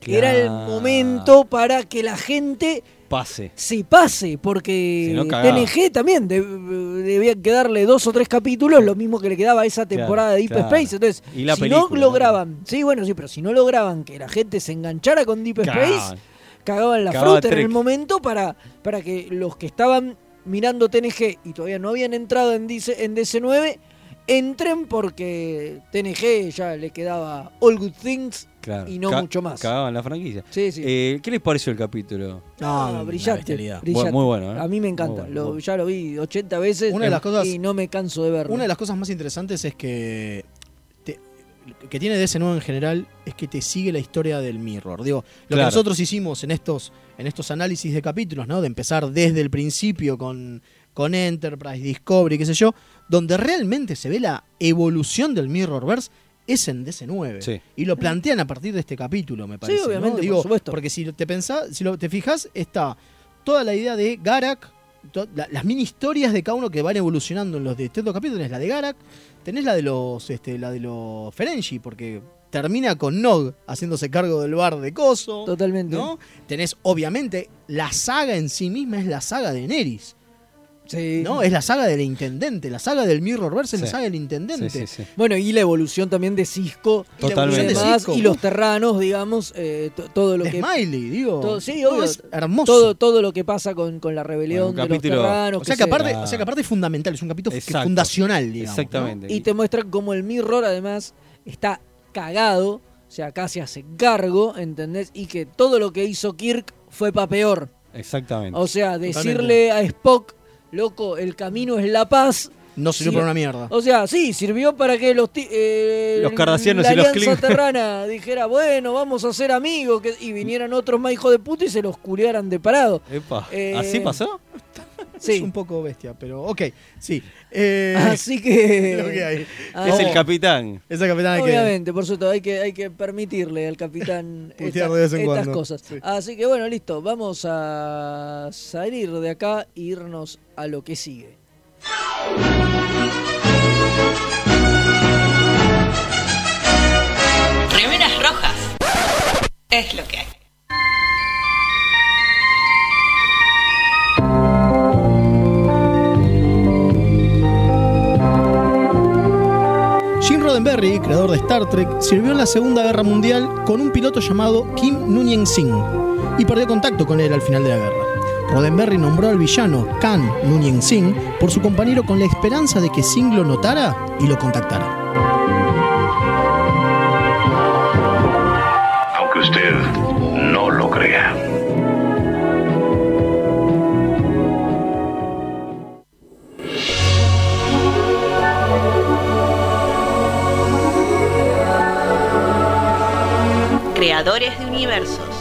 C: que era el
B: Claro.
C: momento para que la gente
B: Pase.
C: se pase, porque
B: Si no, cagaba.
C: TNG también de- debía quedarle dos o tres capítulos, lo mismo que le quedaba a esa temporada de Deep
B: claro.
C: Space. Entonces,
B: Y la
C: si no
B: película, ¿no?
C: lograban, sí, bueno, sí, pero si no lograban que la gente se enganchara con Deep Space,
B: Cagaban.
C: cagaban la
B: Cagaba
C: fruta en el
B: Trek.
C: momento para, para que los que estaban mirando TNG y todavía no habían entrado en, DC en DC9 entren porque TNG ya le quedaba All Good Things,
B: Claro.
C: y no
B: Ca-
C: mucho más.
B: Cagaban la franquicia.
C: Sí, sí.
B: Eh, ¿Qué les pareció el capítulo?
C: No, brillaste, brillaste.
B: Bu- Muy bueno, ¿eh?
C: A mí me encanta.
B: Muy bueno,
C: Lo-
B: muy bueno.
C: Ya lo vi 80 veces
D: Una de las
C: y
D: cosas-
C: no me canso de verlo.
D: Una de las cosas más interesantes es que. te- que tiene ese nuevo en general es que te sigue la historia del Mirror. Digo, lo
B: Claro.
D: que nosotros hicimos en estos, en estos análisis de capítulos, ¿no? De empezar desde el principio con, con Enterprise, Discovery, qué sé yo, donde realmente se ve la evolución del Mirrorverse es en DC9.
B: Sí.
D: Y lo plantean a partir de este capítulo, me parece. ¿no?
C: obviamente, por
D: Digo,
C: supuesto.
D: Porque si te pensás, si lo- te fijas, está toda la idea de Garak, to- la- las mini historias de cada uno que van evolucionando en los de estos dos capítulos, tenés la de Garak, tenés la de los este, la de los Ferengi, porque termina con Nog haciéndose cargo del bar de Coso.
C: Totalmente.
D: ¿no? Tenés, obviamente, la saga en sí misma es la saga de Neris. ¿no? Es la saga del intendente, la saga del Mirrorverse es la
B: Sí.
D: saga del intendente.
B: Sí, sí, sí.
C: Bueno, y la evolución también de Cisco.
D: Y la evolución
C: Y,
D: de
C: demás,
D: Cisco.
C: y los terranos, digamos, eh, to- todo lo
D: De
C: que...
D: Smiley, digo.
C: todo- sí,
D: No,
C: obvio,
D: es hermoso.
C: Todo, todo lo que pasa con, con la rebelión
D: Bueno, un
C: de
D: capítulo-
C: los terranos.
D: o sea que aparte- o sea que aparte es fundamental, es un capítulo que-
B: Exacto.
D: fundacional, digamos.
B: Exactamente.
C: Y te muestran cómo el Mirror además está cagado, o sea, casi hace cargo, ¿entendés? Y que todo lo que hizo Kirk fue pa' peor.
B: Exactamente.
C: O sea,
B: Totalmente.
C: decirle a Spock, loco, el camino es la paz.
D: No sirvió
C: Sí. Oh,
D: para una mierda.
C: O sea, sí, sirvió para que los ti- eh,
B: Los Cardassianos
C: la
B: y los
C: alianza
B: Klingon.
C: terrana dijera, bueno, vamos a ser amigos, que- y vinieran otros más hijos de puta y se los culearan de parado.
B: Epa,
C: Eh,
B: ¿Así pasó?
C: Sí.
D: Es un poco bestia, pero ok, sí.
C: [laughs]
D: Eh,
C: Así que-
D: [laughs] lo que hay.
C: Ah,
B: es el
D: no.
B: capitán.
D: Es el capitán que...
C: Obviamente, por supuesto, hay que, hay que permitirle al capitán
D: [laughs] Putear
C: esta-
D: de vez en
C: estas
D: cuando.
C: cosas.
D: Sí.
C: Así que bueno, listo, vamos a salir de acá e irnos a lo que sigue.
J: Remeras rojas. Es lo que hay.
D: Jim Roddenberry, creador de Star Trek, sirvió en la Segunda Guerra Mundial con un piloto llamado Kim Nunyen Singh y perdió contacto con él al final de la guerra. Roddenberry nombró al villano Khan Nunyen Singh por su compañero con la esperanza de que Singh lo notara y lo contactara.
N: Aunque usted no lo crea.
J: Creadores de universos.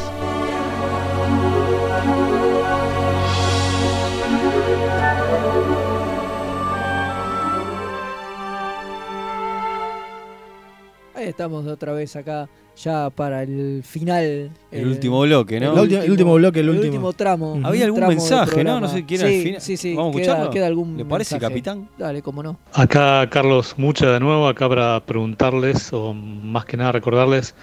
C: Ahí estamos otra vez acá, ya para el final.
B: El
C: eh,
B: último bloque, ¿no?
D: El ulti- el último bloque, el último.
C: tramo.
B: Había algún
C: tramo del
B: mensaje, ¿no?
C: programa.
B: No sé quién era
C: sí,
B: al final.
C: Sí, sí,
B: ¿Vamos a
C: queda-
B: escucharlo?
C: queda algún
B: ¿Le parece,
C: mensaje.
B: capitán?
C: Dale, cómo no.
F: Acá Carlos Mucha de nuevo, acá para preguntarles o más que nada recordarles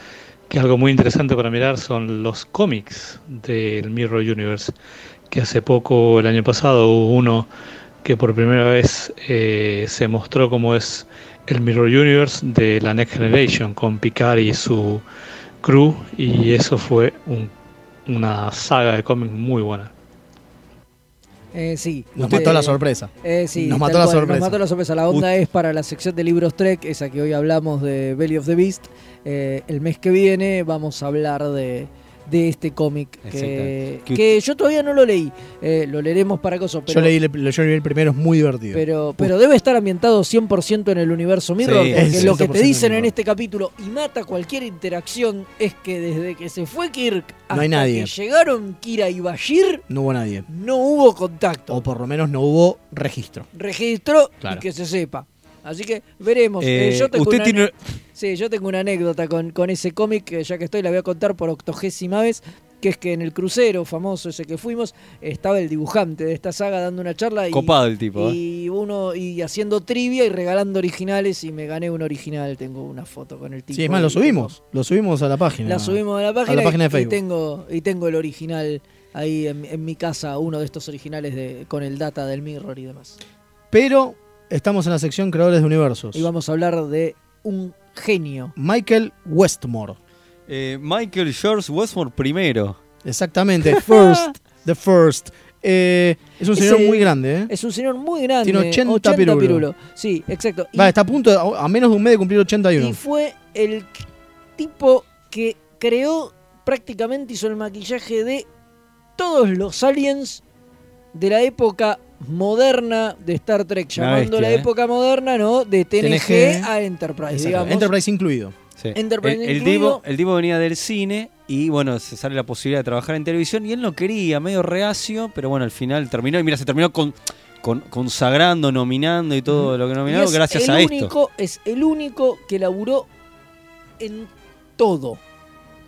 F: que algo muy interesante para mirar son los cómics del Mirror Universe, que hace poco, el año pasado, hubo uno que por primera vez eh, se mostró como es el Mirror Universe de la Next Generation, con Picard y su crew, y eso fue un- una saga de cómics muy buena.
C: Eh, sí.
D: Nos
C: Eh,
D: mató la sorpresa.
C: Eh, sí,
D: Nos
C: tal
D: mató la
C: cual,
D: sorpresa.
C: Nos mató la sorpresa. La onda es para la sección de libros Trek, esa que hoy hablamos de Belly of the Beast. Eh, el mes que viene vamos a hablar de, de este cómic que,
D: Exactamente.
C: que yo todavía no lo leí. Eh, lo leeremos para cosas.
D: yo,
C: Pero,
D: leí el, yo leí el primero, es muy divertido.
C: pero, pero debe estar ambientado 100% en el universo Mirror.
D: Sí,
C: porque
D: es
C: lo que te
D: 100%
C: dicen en
D: Mirror.
C: este capítulo y mata cualquier interacción es que desde que se fue Kirk hasta
D: No hay nadie.
C: que llegaron Kira y Bashir,
D: No hubo nadie.
C: no hubo contacto.
D: O por lo menos no hubo registro.
C: registro
D: Claro.
C: y que se sepa. Así que veremos.
B: Eh,
C: Eh, yo tengo
B: usted
C: una,
B: tiene-
C: Sí, yo tengo una anécdota con, con ese cómic, que ya que estoy la voy a contar por octogésima vez, que es que en el crucero famoso ese que fuimos, estaba el dibujante de esta saga dando una charla y,
B: Copado el tipo,
D: ¿eh?
B: ¿eh?
C: y uno y haciendo trivia y regalando originales y me gané un original, tengo una foto con el tipo.
D: Sí, es más, lo
C: y-
D: subimos. Lo subimos a la página.
C: La subimos a la página,
D: la página
C: y-
D: de Facebook.
C: Y, tengo, y tengo el original ahí en, en mi casa, uno de estos originales de, con el data del mirror y demás.
D: Pero estamos en la sección Creadores de Universos.
C: Y vamos a hablar de un genio.
D: Michael Westmore.
B: Eh, Michael George Westmore primero.
C: [laughs]
D: Exactamente. First. The First. Eh, es un
C: Es
D: señor
C: el-
D: muy grande, ¿eh?
C: Es un señor muy grande.
D: Tiene 80 pirulo.
C: Sí, exacto. Y,
D: Va, está a punto, de- a menos de un mes de cumplir
C: y
D: 81.
C: fue el tipo que creó, prácticamente hizo el maquillaje de todos los aliens de la época moderna de Star Trek,
D: Una
C: llamando
D: bestia,
C: la
D: ¿eh?
C: época moderna, ¿no? De TNG,
D: TNG.
C: a Enterprise,
D: Exacto.
C: digamos.
D: Enterprise incluido.
B: Sí.
C: Enterprise
B: el, el
C: incluido.
B: tipo, el tipo venía del cine y bueno, se sale la posibilidad de trabajar en televisión y él no quería, medio reacio, pero bueno, al final terminó y mira, se terminó con, con- consagrando, nominando y todo lo que
C: Y
B: nominado
C: es
B: gracias
C: el
B: a esto.
C: único, Es el único que laburó en todo.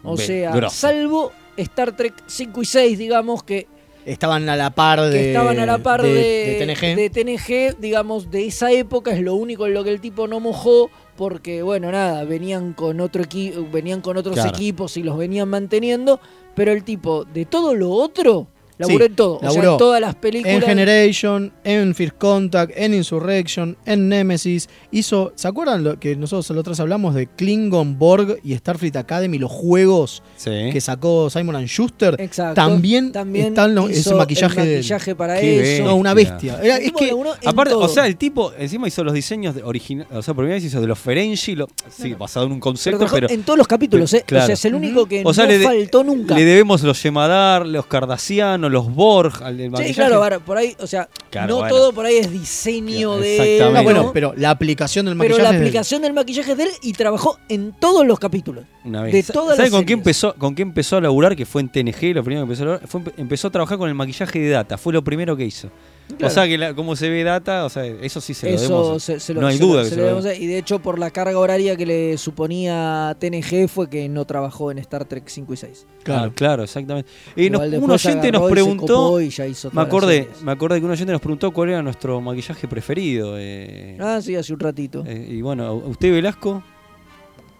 C: O
D: Ve-
C: sea,
D: grosso.
C: salvo Star Trek 5 y 6, digamos, que,
D: Estaban a la par de.
C: que estaban a la par de,
D: de TNG.
C: de TNG, digamos, de esa época, es lo único en lo que el tipo no mojó. Porque, bueno, nada, venían con otro equi- venían con otros
D: Claro.
C: equipos y los venían manteniendo. Pero el tipo, de todo lo otro, laburó
D: Sí,
C: en todo. O sea,
D: laburó
C: en todas las películas.
D: En Generation, en First Contact, en Insurrection, en Nemesis. Hizo. ¿Se acuerdan lo que nosotros la otra vez hablamos de Klingon Borg y Starfleet Academy, los juegos
B: Sí.
D: que sacó Simon and Schuster?
C: Exacto.
D: También, están los-
C: hizo
D: ese maquillaje.
C: el
D: de él.
C: maquillaje para
B: Qué
C: eso.
D: No, una bestia. Era-
C: El
D: es
C: tipo
D: que.
C: laburó en
B: Aparte,
C: todo.
B: o sea, el tipo encima hizo los diseños originales, o sea, por primera vez hizo de los Ferengi, lo- sí, basado en un
C: Pero
B: concepto,
C: trabajó
B: pero...
C: en todos los capítulos, ¿eh? O
B: Claro.
C: sea, es el único que
B: O sea,
C: no
B: le de-
C: faltó nunca.
B: Le debemos los Yemadar, los Cardassianos, los Borg, al del
C: sí,
B: maquillaje.
C: claro, ahora, por ahí, o sea,
B: Claro,
C: no
B: bueno.
C: todo por ahí es diseño de él,
D: Ah, bueno,
C: ¿no?
D: pero la aplicación del
C: pero
D: maquillaje.
C: la
D: es del-
C: aplicación del maquillaje es de él y trabajó en todos los capítulos.
B: Una vez.
C: De
B: Sa-
C: todas
B: ¿Sabe
C: las
B: con qué empezó, con qué empezó a laburar? Que fue en TNG, lo primero que empezó a laburar, fue, empezó a trabajar con el maquillaje de Data, fue lo primero que hizo. O
C: Claro.
B: sea que la- cómo se ve Data, o sea, eso sí se lo
C: Eso
B: debemos.
C: se, se lo,
B: no hay
C: se lo-
B: duda que
C: se
B: se
C: lo
B: lo
C: debemos
B: debemos.
C: a- Y de hecho, por la carga horaria que le suponía TNG, fue que no trabajó en Star Trek 5 y 6.
B: Claro, Ah, claro, exactamente. Y
C: Igual
B: nos- un
C: después
B: oyente
C: agarró
B: nos
C: y se
B: preguntó.
C: copó y ya hizo
B: me
C: todas las
B: acordé,
C: series.
B: me acordé que un oyente nos preguntó cuál era nuestro maquillaje preferido. eh,
C: Ah, sí, hace un ratito.
B: eh, y bueno, ¿a ¿usted Velasco?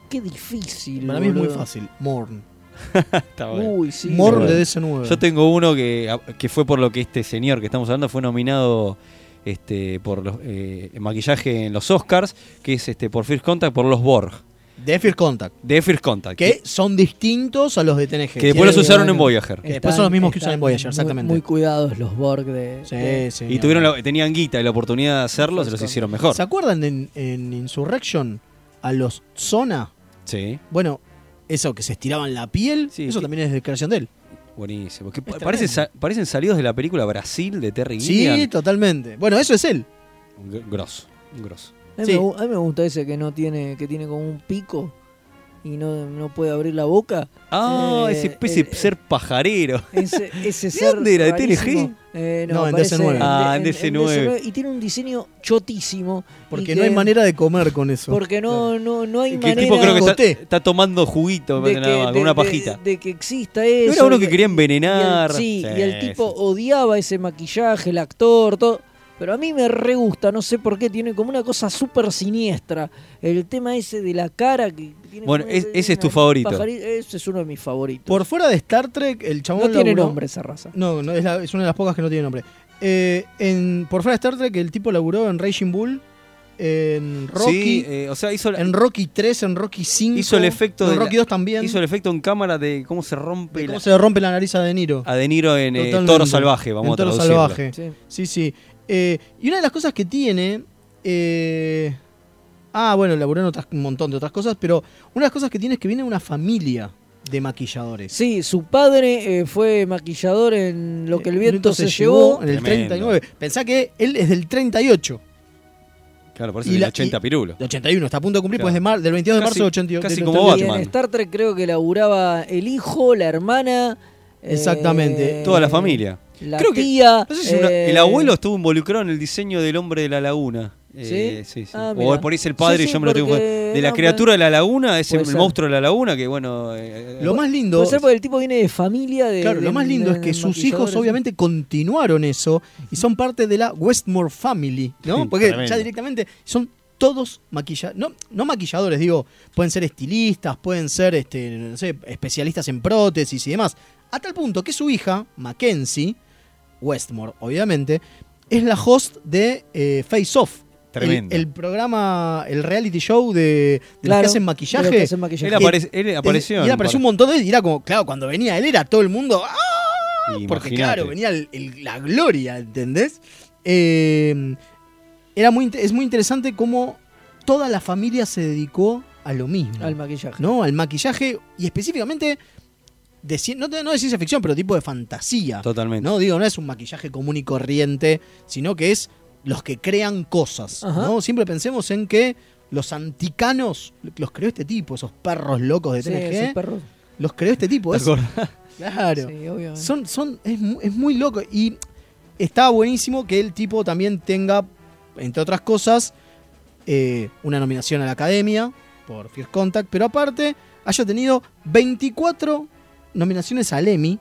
C: Qué difícil.
D: Para mí es muy
C: boludo.
D: fácil. Morn.
B: Está bueno.
C: Uy, sí.
D: Morn
B: Bueno.
D: de DC9.
B: Yo tengo uno que, a- que fue por lo que este señor que estamos hablando fue nominado este, por los, eh, maquillaje en los Oscars, que es este por First Contact por los Borg.
D: De First Contact.
B: De First Contact.
D: Que son distintos a los de TNG.
B: Que después los usaron en Voyager.
D: Que después son los mismos que
C: Están-
D: usan en Voyager,
C: están
D: exactamente.
C: Muy, muy cuidados los Borg de. de-
D: Sí,
B: y
D: señor.
B: tuvieron la- tenían guita y la oportunidad de hacerlo, se los hicieron mejor.
D: ¿Se acuerdan de en, en Insurrection a los Zona?
B: Sí,
D: Bueno, eso que se estiraban la piel, eso también es de creación de él.
B: buenísimo. Que pa-
D: Es
B: parece
D: tremendo.
B: sa- parecen salidos de la película Brasil de Terry
D: Sí,
B: Gilliam.
D: totalmente. Bueno, eso es él.
B: Gr- Grosso, grosso.
C: A mí,
D: Sí.
C: me, gu- a mí me gusta ese que no tiene, que tiene como un pico y no, no puede abrir la boca.
B: Ah,
C: Eh,
B: ese especie
C: el-
B: de ser pajarero.
C: Ese, ese
B: ¿De
C: ser
B: dónde era? ¿De
C: rarísimo.
B: TNG?
C: Eh, no,
D: No, en
C: parece-
D: DC9.
B: Ah, en
C: DC9.
B: DC9.
C: Y tiene un diseño chotísimo.
D: Porque
C: y
D: no hay
C: que-
D: manera de comer con eso.
C: Porque no, no, no hay
B: Que el
C: eh, manera
B: tipo creo que está,
D: Coté.
B: está tomando juguito
C: de
B: nada más,
C: que-
B: con una
C: de- de-
B: pajita.
C: De, que exista eso.
B: No era uno que
C: y-
B: quería
C: y-
B: envenenar.
C: Y el, sí,
B: Sí,
C: y el tipo odiaba ese maquillaje, el actor, todo. Pero a mí me re gusta, no sé por qué, tiene como una cosa súper siniestra. El tema ese de la cara que tiene
B: Bueno,
C: como
B: es-
C: una-
B: ese es tu
C: una
B: favorito.
C: pajari- ese es uno de mis favoritos.
D: Por fuera de Star Trek, el chabón
C: no tiene
D: laburó-
C: nombre esa raza.
D: No, no, es, la- es una de las pocas que no tiene nombre. Eh, en, por fuera de Star Trek, el tipo laburó en Raging Bull, en Rocky,
B: Sí, eh, o sea, hizo, la-
D: en Rocky 3, en Rocky 5.
B: hizo el efecto
D: En
B: de la-
D: Rocky 2 también.
B: hizo el efecto en cámara de cómo se rompe
D: ¿Cómo
B: la-
D: se le rompe la nariz a De Niro?
B: a De Niro en eh,
D: Totalmente.
B: Toro Salvaje, vamos
D: En
B: a
D: Toro
B: traducirlo.
D: Salvaje.
C: Sí.
D: Sí, sí. Eh, y una de las cosas que tiene. eh, ah, bueno, laburó en otras- un montón de otras cosas, pero una de las cosas que tiene es que viene de una familia de maquilladores.
C: Sí, su padre eh, fue maquillador en Lo que el viento se, llevó.
D: Eh, en el
B: Tremendo.
D: 39. Pensá que él es del 38.
B: Claro, por eso
D: Y
B: tiene
D: la-
B: 80 pirulo.
D: De 81, está a punto de cumplir, pues de mar- del 22 de
B: Casi-
D: marzo del 88.
B: casi
D: del
B: como
D: 88.
C: Y en
B: Batman.
C: Star Trek creo que laburaba el hijo, la hermana. eh,
D: Exactamente.
B: Toda la familia.
C: La
B: Creo que-
D: Ah,
C: tía.
B: No sé si una-
C: eh,
B: el abuelo estuvo involucrado en el diseño del hombre de la laguna. Eh,
C: ¿Sí?
B: sí, sí.
C: Ah,
B: o
C: mira.
B: por ahí es el padre,
C: Sí, sí,
B: yo me lo tengo
C: porque-
B: De la
C: no,
B: criatura de la laguna, es
C: puede
B: el
C: ser.
B: monstruo de la laguna, que bueno. eh,
D: pues, Lo más lindo.
C: Puede ser porque el tipo viene de familia de.
D: Claro,
C: de-
D: lo más lindo
C: de-
D: es
C: de
D: que sus hijos
C: maquilladores.
D: obviamente continuaron eso y son parte de la Westmore Family, ¿no?
B: Sí,
D: Porque
B: tremendo.
D: ya directamente son todos maquilladores, no, no maquilladores, digo, pueden ser estilistas, pueden ser este, no sé, especialistas en prótesis y demás, a tal punto que su hija, Mackenzie, Westmore obviamente, es la host de eh, Face Off. el-
B: Tremendo.
D: El, programa, el reality show de, de los
C: Claro,
D: que hacen
C: de
D: maquillaje.
C: los que hacen maquillaje.
B: Él, apare- él apareció.
D: Y
B: en
D: él
B: un
D: apareció
B: par-
D: un montón de veces y era como, claro, cuando venía él era todo el mundo. ¡ah! Porque
B: Imagínate.
D: claro, venía el- el- la gloria, ¿entendés? Em, Eh, era muy, inte- es muy interesante cómo toda la familia se dedicó a lo mismo.
C: Al maquillaje.
D: ¿No? Al maquillaje y específicamente. De, cien- no, te- no de ciencia ficción, pero tipo de fantasía.
B: Totalmente.
D: No, digo, no es un maquillaje común y corriente, sino que es los que crean cosas.
C: Ajá.
D: ¿no? Siempre pensemos en que los anticanos los creó este tipo, esos perros locos de
C: Sí,
D: TNG.
C: esos perros.
D: Los creó este tipo.
C: [laughs]
B: ¿Te
D: es-
B: acordás?
D: Claro.
C: Sí, obvio.
D: Son, son, es, mu- es muy loco. Y está buenísimo que el tipo también tenga, entre otras cosas, eh, una nominación a la academia por First Contact, pero aparte haya tenido 24 nominaciones al Emmy,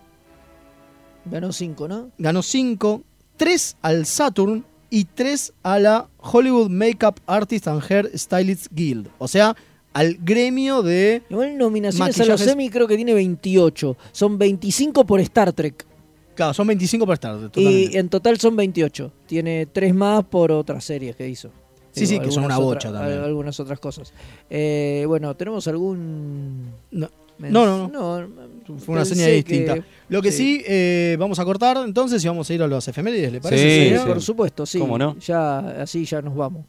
C: Ganó 5, ¿no?
D: ganó 5, 3 al Saturn y 3 a la Hollywood Makeup Artist and Hair Stylist Guild. O sea, al gremio de
C: Igual nominaciones a los
D: Maquillajes.
C: Emmy creo que tiene 28. Son 25 por Star Trek.
D: Claro, son 25 para estar.
C: Y en total son 28. Tiene 3 más por otras series que hizo.
D: Sí, sí, que son
C: algunas
D: una
C: otra-
D: bocha también.
C: al- Algunas otras cosas. Eh, bueno, ¿tenemos algún...?
D: No,
C: mens-
D: no, no, Fue una
C: pensé
D: seña distinta.
C: que-
D: Lo que sí, eh, vamos a cortar entonces y vamos a ir a los efemérides, ¿le parece?
B: Sí,
D: señor?
B: sí.
C: Por supuesto, sí.
B: ¿Cómo no?
C: Ya, así ya nos vamos.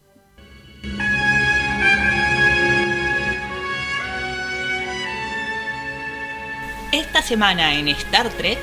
J: Esta semana en Star Trek,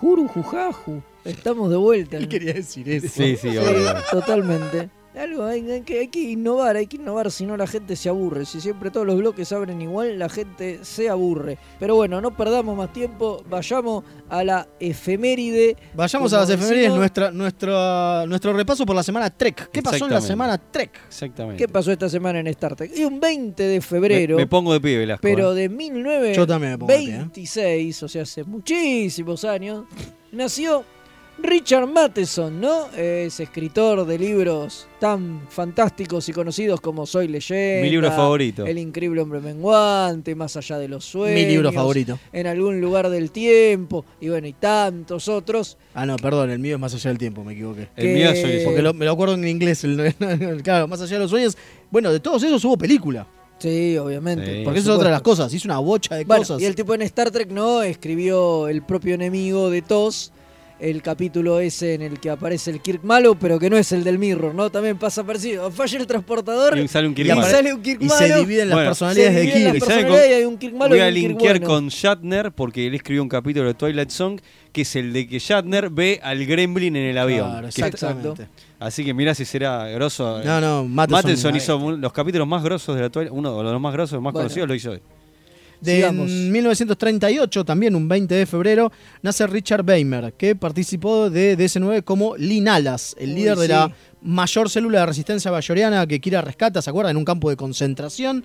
C: Juru jujaju. Estamos de vuelta. ¿no?
D: Quería decir eso.
B: Sí, sí, obvio.
C: Totalmente. Algo hay, hay que, hay que innovar, hay que innovar, si no la gente se aburre. Si siempre todos los bloques abren igual, la gente se aburre. Pero bueno, no perdamos más tiempo, vayamos a la efeméride.
D: Vayamos
C: Como
D: a las efemérides,
C: decimos,
D: nuestra, nuestra, nuestro repaso por la semana Trek. ¿Qué pasó en la
B: Exactamente.
D: semana Trek?
B: Exactamente.
C: ¿Qué pasó esta semana en Star Trek? Y un 20 de febrero,
B: Me, me pongo de pie, Velasco.
C: pero
B: ¿eh?
C: de
D: Yo también me pongo de pie, ¿eh?
C: 1926, o sea, hace muchísimos años, nació Richard Matheson, ¿no? Es escritor de libros tan fantásticos y conocidos como Soy Leyenda.
B: Mi libro favorito.
C: El increíble hombre menguante, Más allá de los sueños.
D: Mi libro favorito.
C: En algún lugar del tiempo. Y bueno, y tantos otros.
D: Ah, no, perdón, el mío es más allá del tiempo, me equivoqué.
B: El mío es Soy Leyenda.
D: Porque lo- me lo acuerdo en inglés, el- [laughs] el- claro, más allá de los sueños. Bueno, de todos esos hubo película.
C: Sí, obviamente.
B: Sí.
D: Porque eso es otra de las
C: supuesto.
D: cosas. Hizo una bocha de
C: Bueno,
D: cosas.
C: y el tipo en Star Trek no escribió El propio enemigo de Tos, el capítulo ese en el que aparece el Kirk malo, pero que no es el del Mirror, ¿no? También pasa parecido. Falla el transportador
B: Y sale un
C: y
B: Kirk Malo.
C: sale un Kirk
D: y
C: malo.
D: se dividen las
B: Bueno,
D: personalidades
C: se
D: de
C: dividen
D: Kirk.
C: las
B: ¿Y saben
C: personalidades,
B: con-
C: hay un Kirk malo
B: Voy
C: y
B: a
C: un Kirk
B: linkear
C: bueno.
B: con Shatner porque él escribió un capítulo de Twilight Zone que es el de que Shatner ve al Gremlin en el avión.
D: Claro,
B: Que-
D: exactamente.
B: Así que mirá si será grosso. eh.
D: No, no, Matheson.
B: Matheson hizo un- los capítulos más grosos de la Twilight, uno de los más grosos, más
C: eh. Bueno.
B: conocidos, lo hizo él.
D: De
C: Sigamos.
D: 1938, también un 20 de febrero, nace Richard Weimer, que participó de DS9 como Linalas, el
C: Uy,
D: líder de
C: sí.
D: la mayor célula de resistencia bayoriana que Kira rescata, ¿se acuerdan? En un campo de concentración.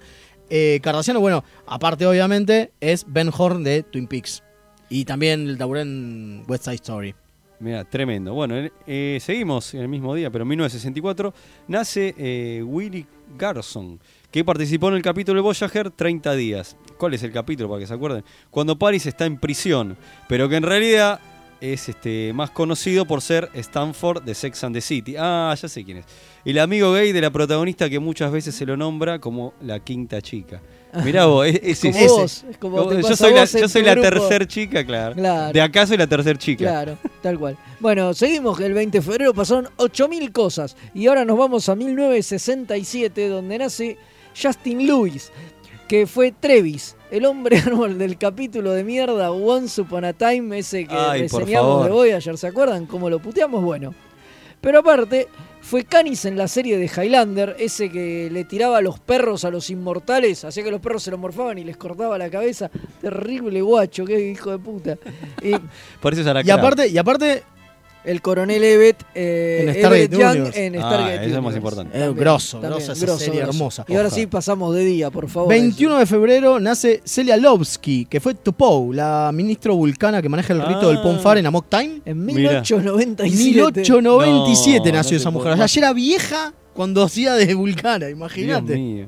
D: Eh, Cardassiano, bueno, aparte obviamente, es Ben Horn de Twin Peaks. Y también el taburé en West Side Story.
B: Mira, tremendo. Bueno, en- eh, seguimos en el mismo día, pero en 1964 nace eh, Willie Garson, que participó en el capítulo de Voyager 30 días. ¿Cuál es el capítulo para que se acuerden? Cuando Paris está en prisión, pero que en realidad es este, más conocido por ser Stanford de Sex and the City. Ah, ya sé quién es. El amigo gay de la protagonista que muchas veces se lo nombra como la quinta chica. Mirá vos, es, es-
C: Como
B: es-
C: vos, es como te
B: yo
C: pasa
B: soy
C: a
B: la,
C: vos en
B: yo soy
C: tu
B: la
C: grupo.
B: tercer chica, claro.
C: Claro.
B: De acá soy la tercer chica.
C: Claro, tal cual. Bueno, seguimos que el 20 de febrero pasaron 8.000 cosas y ahora nos vamos a 1967 donde nace Justin Lewis, que fue Trevis, el hombre [laughs] árbol del capítulo de mierda Once Upon a Time, ese que
B: Ay, por
C: reseñamos
B: favor.
C: de Voyager, ¿se acuerdan cómo lo puteamos? Bueno. Pero aparte, fue Canis en la serie de Highlander, ese que le tiraba a los perros a los inmortales, hacía que los perros se lo morfaban y les cortaba la cabeza. Terrible guacho, qué hijo de puta. Y
B: Parece Sarah
D: Y aparte, y aparte,
C: el coronel Everett eh,
D: En Stargate
C: Everett Young
D: Universe.
C: en
B: Ah,
C: Stargate
B: eso es más
C: Universe.
B: importante.
D: Eh, grosso, grosso, esa serie hermosa.
C: Y ahora
D: Ojalá.
C: sí pasamos de día, por favor.
D: 21 de febrero nace Celia Lovsky, que fue Tupou, la ministro vulcana que maneja el rito
B: Ah.
D: del Ponfar en Amok Time.
C: En
B: Mirá.
C: 1897.
D: 1897
B: No,
D: nació
B: no te
D: esa
B: puedo-
D: mujer. O sea, ya era vieja cuando hacía de vulcana,
B: Dios
D: imagínate.
B: mío.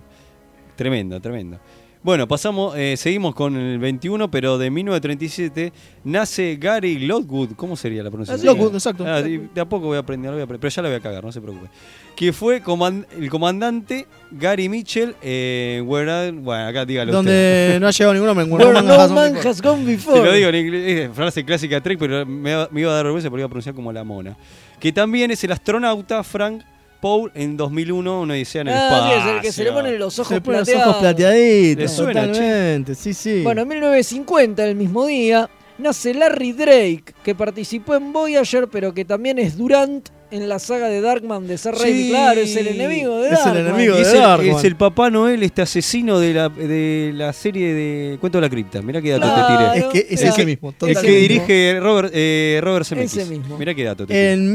B: Tremendo, tremendo. Bueno, pasamos, eh, seguimos con el 21, pero de 1937 nace Gary Lockwood. ¿Cómo sería la pronunciación?
D: Lockwood, exacto.
B: Ah, de, de a poco voy a aprender, voy a aprender, pero ya la voy a cagar, no se preocupe. Que fue coman- el comandante Gary Mitchell. eh, where are- bueno, acá dígalo.
D: Donde
B: usted.
D: no ha llegado ninguno, me
C: Where no man has gone before.
B: Te lo digo en inglés, es frase clásica de Trek, pero me, va- me iba a dar vergüenza porque iba a pronunciar como la mona. Que también es el astronauta Frank Paul en 2001, una odisea en el
C: Ah, sí,
B: espacio.
C: es el que se le ponen los ojos
D: Se ponen los
C: plateados.
D: ojos
B: Le
D: plateaditos.
B: suena, che.
D: totalmente, sí, sí.
C: Bueno, en 1950, el mismo día, nace Larry Drake, que participó en Voyager, pero que también es Durant en la saga de Darkman de Ser Raimi.
D: Sí.
C: Claro, es el enemigo de
D: Es el
C: Darkman.
D: enemigo
B: es,
D: de
B: el,
D: Darkman.
B: es el Papá Noel, este asesino de la, de la serie de Cuento de la Cripta. Mirá qué dato
D: Claro,
B: te tiré.
D: Ah, Es que es ese mismo,
B: El que
D: totalmente.
B: dirige Robert, eh, Robert Zemeckis.
D: Ese mismo.
B: Mirá qué dato te tiré.
D: En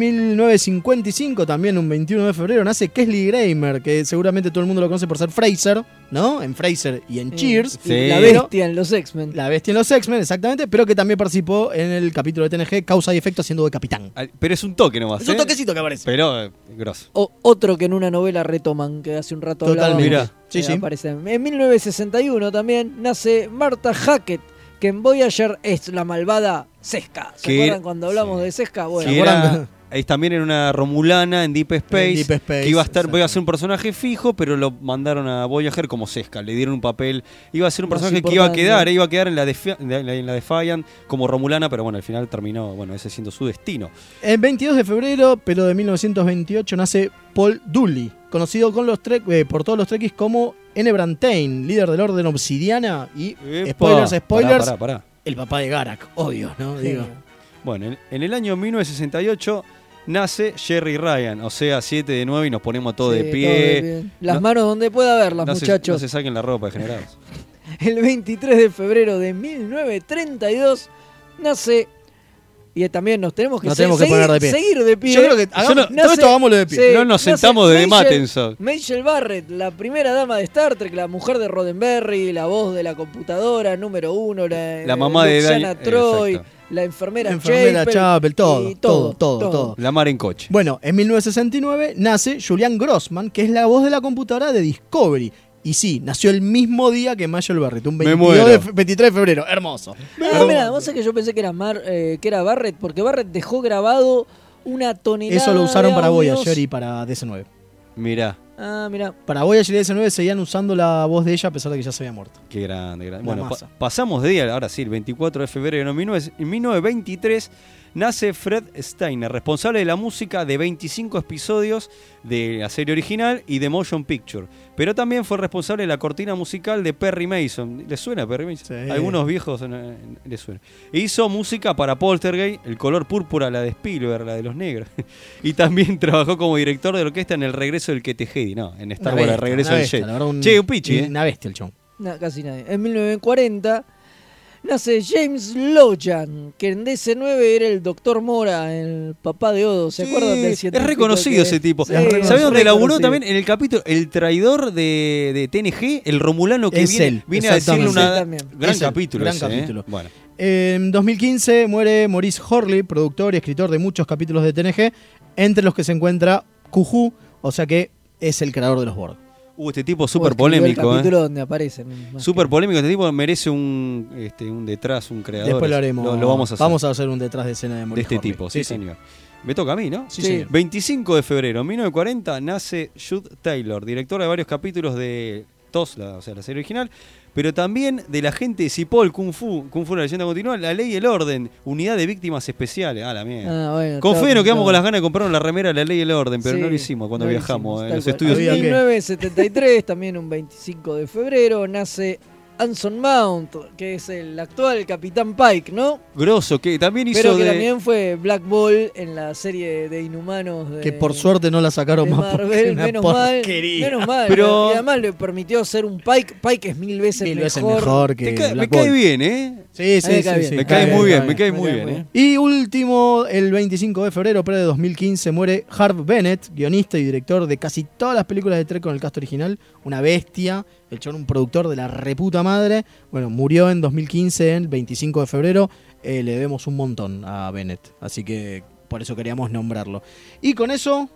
D: 1955, también un 21 de febrero, nace Kesley Gramer, que seguramente todo el mundo lo conoce por ser Fraser, ¿no? En Fraser y en Cheers.
B: Sí.
D: La
B: La
D: bestia.
C: en los X-Men.
D: La bestia en los X-Men, exactamente, pero que también participó en el capítulo de TNG Causa y Efecto siendo de capitán.
B: Al- Pero es un toque nomás.
D: Es un
B: ¿eh?
D: toquecito que aparece.
B: Pero, eh, grosso.
C: O- otro que en una novela retoman, que hace un rato
D: Totalmente.
C: hablábamos,
D: Mirá. Sí,
C: eh,
D: sí.
C: aparece. En 1961 también nace Marta Hackett, que en Voyager es la malvada Sesca. ¿Se
B: Que-
C: acuerdan cuando hablamos de Sesca? Bueno,
B: Que era, es también era una romulana en Deep Space,
D: En Deep Space,
B: que iba a estar, voy a ser un personaje fijo, pero lo mandaron a Voyager como Sesca, le dieron un papel, iba a ser un
C: Más
B: personaje que iba a
C: importante.
B: quedar, eh, iba a quedar en la, Defi- en la- en la Defiant como romulana, pero bueno, al final terminó, bueno, ese siendo su destino.
D: El 22 de febrero, pero de 1928, nace Paul Dooley, conocido con los Trek- eh, por todos los Trekkies como Enebrantain, líder del Orden Obsidiana y, spoilers,
B: Pará,
D: spoilers,
B: pará, pará.
D: el papá de Garak, obvio, ¿no?
B: Genio.
D: Digo.
B: Bueno, en, en el año 1968 nace Jerry Ryan, o sea, 7 de 9 y nos ponemos todos
C: Sí,
B: de
C: todo
B: pie.
C: de pie. Las
B: No-
C: manos donde pueda verlas,
B: no se-
C: muchachos.
B: no se saquen la ropa, generados.
C: El 23 de febrero de 1932 nace. Y también nos tenemos que,
D: Nos
C: se-
D: tenemos que
C: seguir,
D: poner de pie.
C: seguir de pie.
D: Yo creo que hagamos- todo esto hagámoslo de pie.
B: No nos sentamos de
C: Machel-
B: Mattenson.
C: Machel Barrett, la primera dama de Star Trek, la mujer de Roddenberry, la voz de la computadora número uno, la,
B: La mamá de
C: Luciana
B: Dani-
C: Troy,
B: Exacto.
C: la enfermera,
D: Enfermera
C: Chapel,
D: Chapel, todo,
C: y
D: todo, todo, todo.
B: La mar en coche.
D: Bueno, en 1969 nace Julian Grossman, que es la voz de la computadora de Discovery. Y sí, nació el mismo día que Michael Barrett, un
B: Me
D: 22 de
B: muero.
D: fe- 23 de febrero. Hermoso.
C: Ah, mira, vos sabés que yo pensé que era, Mar- eh, que era Barrett, porque Barrett dejó grabado una tonelada.
D: Eso lo usaron
C: de
D: para
C: audios.
D: Voyager y para DC-9.
B: Mirá,
C: Ah, mira.
D: Para Voyager y DC-9 seguían usando la voz de ella a pesar de que ya se había muerto.
B: qué grande, grande.
D: La
B: Bueno, pa-
D: masa.
B: pasamos de día, ahora sí, el 24 de febrero de 19 en 1923 nace Fred Steiner, responsable de la música de 25 episodios de la serie original y de Motion Picture. Pero también fue responsable de la cortina musical de Perry Mason. ¿Le suena Perry Mason? Algunos viejos eh, le suena. E hizo música para Poltergeist, el color púrpura, la de Spielberg, la de los negros. [laughs] y también trabajó como director de orquesta en El Regreso del Ketejedi. No, en Star
D: Una
B: Wars, El
D: bestia,
B: Regreso
D: una
B: del
D: bestia,
B: Jedi.
D: la verdad, un-
B: Che, un pichi, ¿eh?
D: Una bestia el chon.
C: No, casi nadie. En 1940 nace James Logan, que en DC9 era el doctor Mora, el papá de Odo. ¿Se acuerdan del
B: Sí,
C: científico?
B: Es reconocido
C: que-
B: ese tipo.
C: Sí,
B: ¿Sabés
C: es
B: dónde laburó
C: reconocido.
B: también? En el capítulo El traidor de, de TNG, el romulano que
D: Es
B: viene,
D: él,
B: viene a decirle
D: exactamente.
B: una.
D: Sí, también.
B: Gran
D: Es él,
B: capítulo.
D: gran
B: ese, ¿eh?
D: capítulo. Eh,
B: Bueno.
D: En 2015 muere Maurice Horley, productor y escritor de muchos capítulos de TNG, entre los que se encuentra Kuju, o sea que es el creador de los Borg.
B: Uh, este tipo
C: Vos
B: súper
C: escribió El
B: polémico.
C: capítulo
B: ¿eh?
C: donde aparece. más
B: Súper polémico. Este tipo merece un, este, un detrás, un creador.
D: Después lo haremos.
B: Lo, lo vamos a hacer.
D: Vamos a hacer un detrás de escena de
B: de
D: Maurice
B: este
D: Horley.
B: tipo. Sí, señor. Me toca a mí, ¿no?
D: Sí, Sí. señor.
B: 25 de febrero de 1940 nace Jude Taylor, directora de varios capítulos de TOS, la, o sea, la serie original, pero también de la gente de Cipoll, Kung Fu, Kung Fu, la leyenda continúa, La Ley y el Orden, Unidad de Víctimas Especiales. Ah, la mierda.
C: Ah, bueno,
B: con fe
C: todo-
B: nos quedamos
C: todo.
B: con las ganas de comprarnos la remera de La Ley y el Orden, pero
C: Sí,
B: no lo hicimos cuando
C: no lo
B: viajamos
C: hicimos,
B: en
C: tal
B: los
C: cual.
B: estudios.
C: En 1973, también un 25 de febrero, nace Anson Mount, que es el actual Capitán Pike, ¿no?
B: Grosso, que también hizo
C: Pero que
B: de-
C: también fue Black Ball en la serie de Inhumanos. de-
D: Que por suerte no la sacaron
C: de
D: más. porque
C: Marvel,
D: una
C: menos mal,
D: porquería.
C: menos mal.
B: Pero-
C: Y además le permitió ser un Pike. Pike es mil veces
D: Mil
C: mejor.
D: veces mejor que
B: Te cae- me
D: Black
B: cae
D: Bolt.
B: bien, ¿eh?
D: Sí, sí,
C: me
D: sí,
C: cae bien.
D: sí,
B: Me
D: sí,
B: cae muy bien, me cae muy bien, ¿eh?
D: Y último, el 25 de febrero, pero de 2015, muere Harv Bennett, guionista y director de casi todas las películas de Trek con el cast original. Una bestia, el chon, un productor de la reputa madre. Bueno, murió en 2015, el 25 de febrero. Eh, le debemos un montón a Bennett, así que por eso queríamos nombrarlo. Y con eso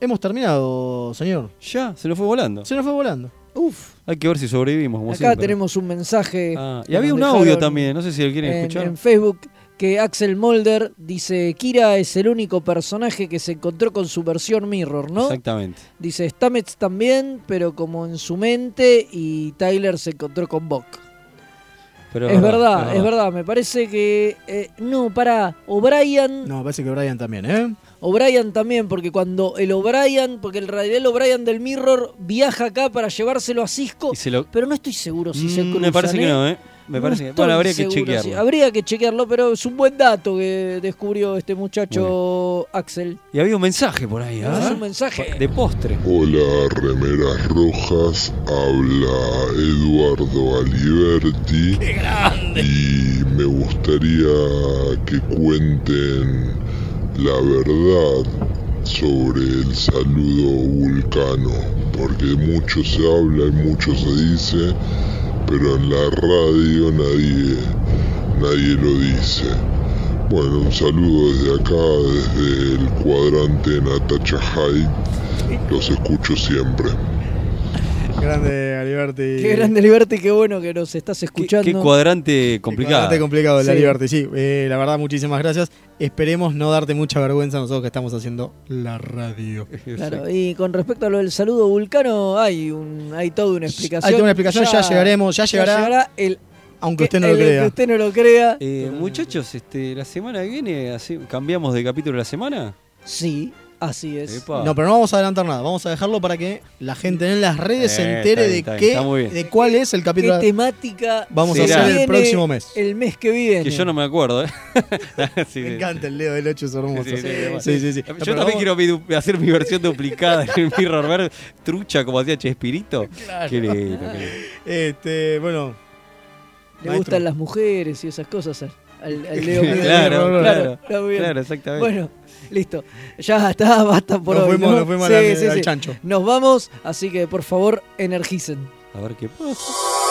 D: hemos terminado, señor.
B: Ya, se lo fue volando.
D: Se nos fue volando.
C: Uf.
B: Hay que ver si sobrevivimos, como
C: Acá
B: siempre.
C: tenemos un mensaje.
B: Ah,
C: que
B: y había
C: nos
B: un audio
C: dejaron
B: también, no sé si lo quieren
C: en-
B: escuchar.
C: En Facebook, que Axel Molder dice: Kira es el único personaje que se encontró con su versión Mirror, ¿no?
B: Exactamente.
C: Dice Stamets también, pero como en su mente, y Tyler se encontró con Bok.
B: Pero
C: es, verdad, es verdad, me parece que. eh, no, para O'Brien.
D: No, parece que Brian también, ¿eh?
C: O'Brien también, porque cuando el O'Brien, porque en realidad el O'Brien del Mirror viaja acá para llevárselo a Cisco,
B: Y se lo-
C: pero no estoy seguro si se
B: Mm,
C: cruzan.
B: me parece que no, ¿eh? Me
C: No
B: parece que-
C: estoy
B: bueno, habría que
C: seguro,
B: chequearlo.
C: sí. Habría que chequearlo, pero es un buen dato que descubrió este muchacho Axel.
B: Y había un mensaje por ahí,
C: Es
B: ¿ah?
C: un mensaje.
B: De postre.
O: Hola, remeras rojas, habla Eduardo Aliberti. Y me gustaría que cuenten la verdad sobre el saludo vulcano, porque mucho se habla y mucho se dice, pero en la radio nadie, nadie lo dice. Bueno, un saludo desde acá, desde el cuadrante Natacha High. Los escucho siempre.
D: Grande Aliberti.
C: Qué grande Liberty, qué bueno que nos estás escuchando.
B: Qué cuadrante complicado.
D: Bastante complicado el
C: Sí.
D: Aliberti, sí. Eh, la verdad, muchísimas gracias. Esperemos no darte mucha vergüenza nosotros que estamos haciendo la radio.
C: Claro,
B: este.
C: y con respecto a lo del saludo vulcano, hay un, hay toda una explicación.
D: toda una explicación, ya llegaremos, ya llegará.
C: el,
D: Aunque usted no
C: el
D: lo crea.
C: que usted no Eh, lo crea.
B: Eh, muchachos, este, la semana que viene así, cambiamos de capítulo la semana.
C: Sí, así es.
D: No, pero no vamos a adelantar nada. Vamos a dejarlo para que la gente en las redes
B: Eh,
D: se entere
B: está bien,
D: de,
B: está bien,
D: qué-
B: está muy bien.
D: de cuál es el capítulo.
C: ¿Qué temática
D: Vamos a
B: será?
D: hacer el
B: viene
D: próximo mes.
C: el mes que viene?
B: Que yo no me acuerdo,
D: [laughs]
B: ¿eh? [laughs] Así
D: Me
B: que-
D: encanta el Leo del 8, es hermoso.
B: Sí, sí, sí.
D: Sí, sí, sí.
B: Yo
D: No, pero
B: también
D: vamos-
B: quiero mi du- hacer mi versión duplicada en el Mirror Verde, trucha como hacía Chespirito.
D: [laughs] Claro.
B: Qué lindo, qué lindo.
D: Este, bueno.
C: Le
D: Maestro.
C: gustan las mujeres y esas cosas al, al-
D: [laughs]
C: al Leo.
B: Claro,
C: Miguel.
B: claro,
C: está muy bien.
B: claro, exactamente.
C: Bueno, listo. Ya está, basta por
D: Nos
C: hoy.
D: fuimos-
C: ¿no?
D: nos fuimos a la- al chancho.
C: Nos vamos, así que por favor energicen.
B: A ver qué pasa.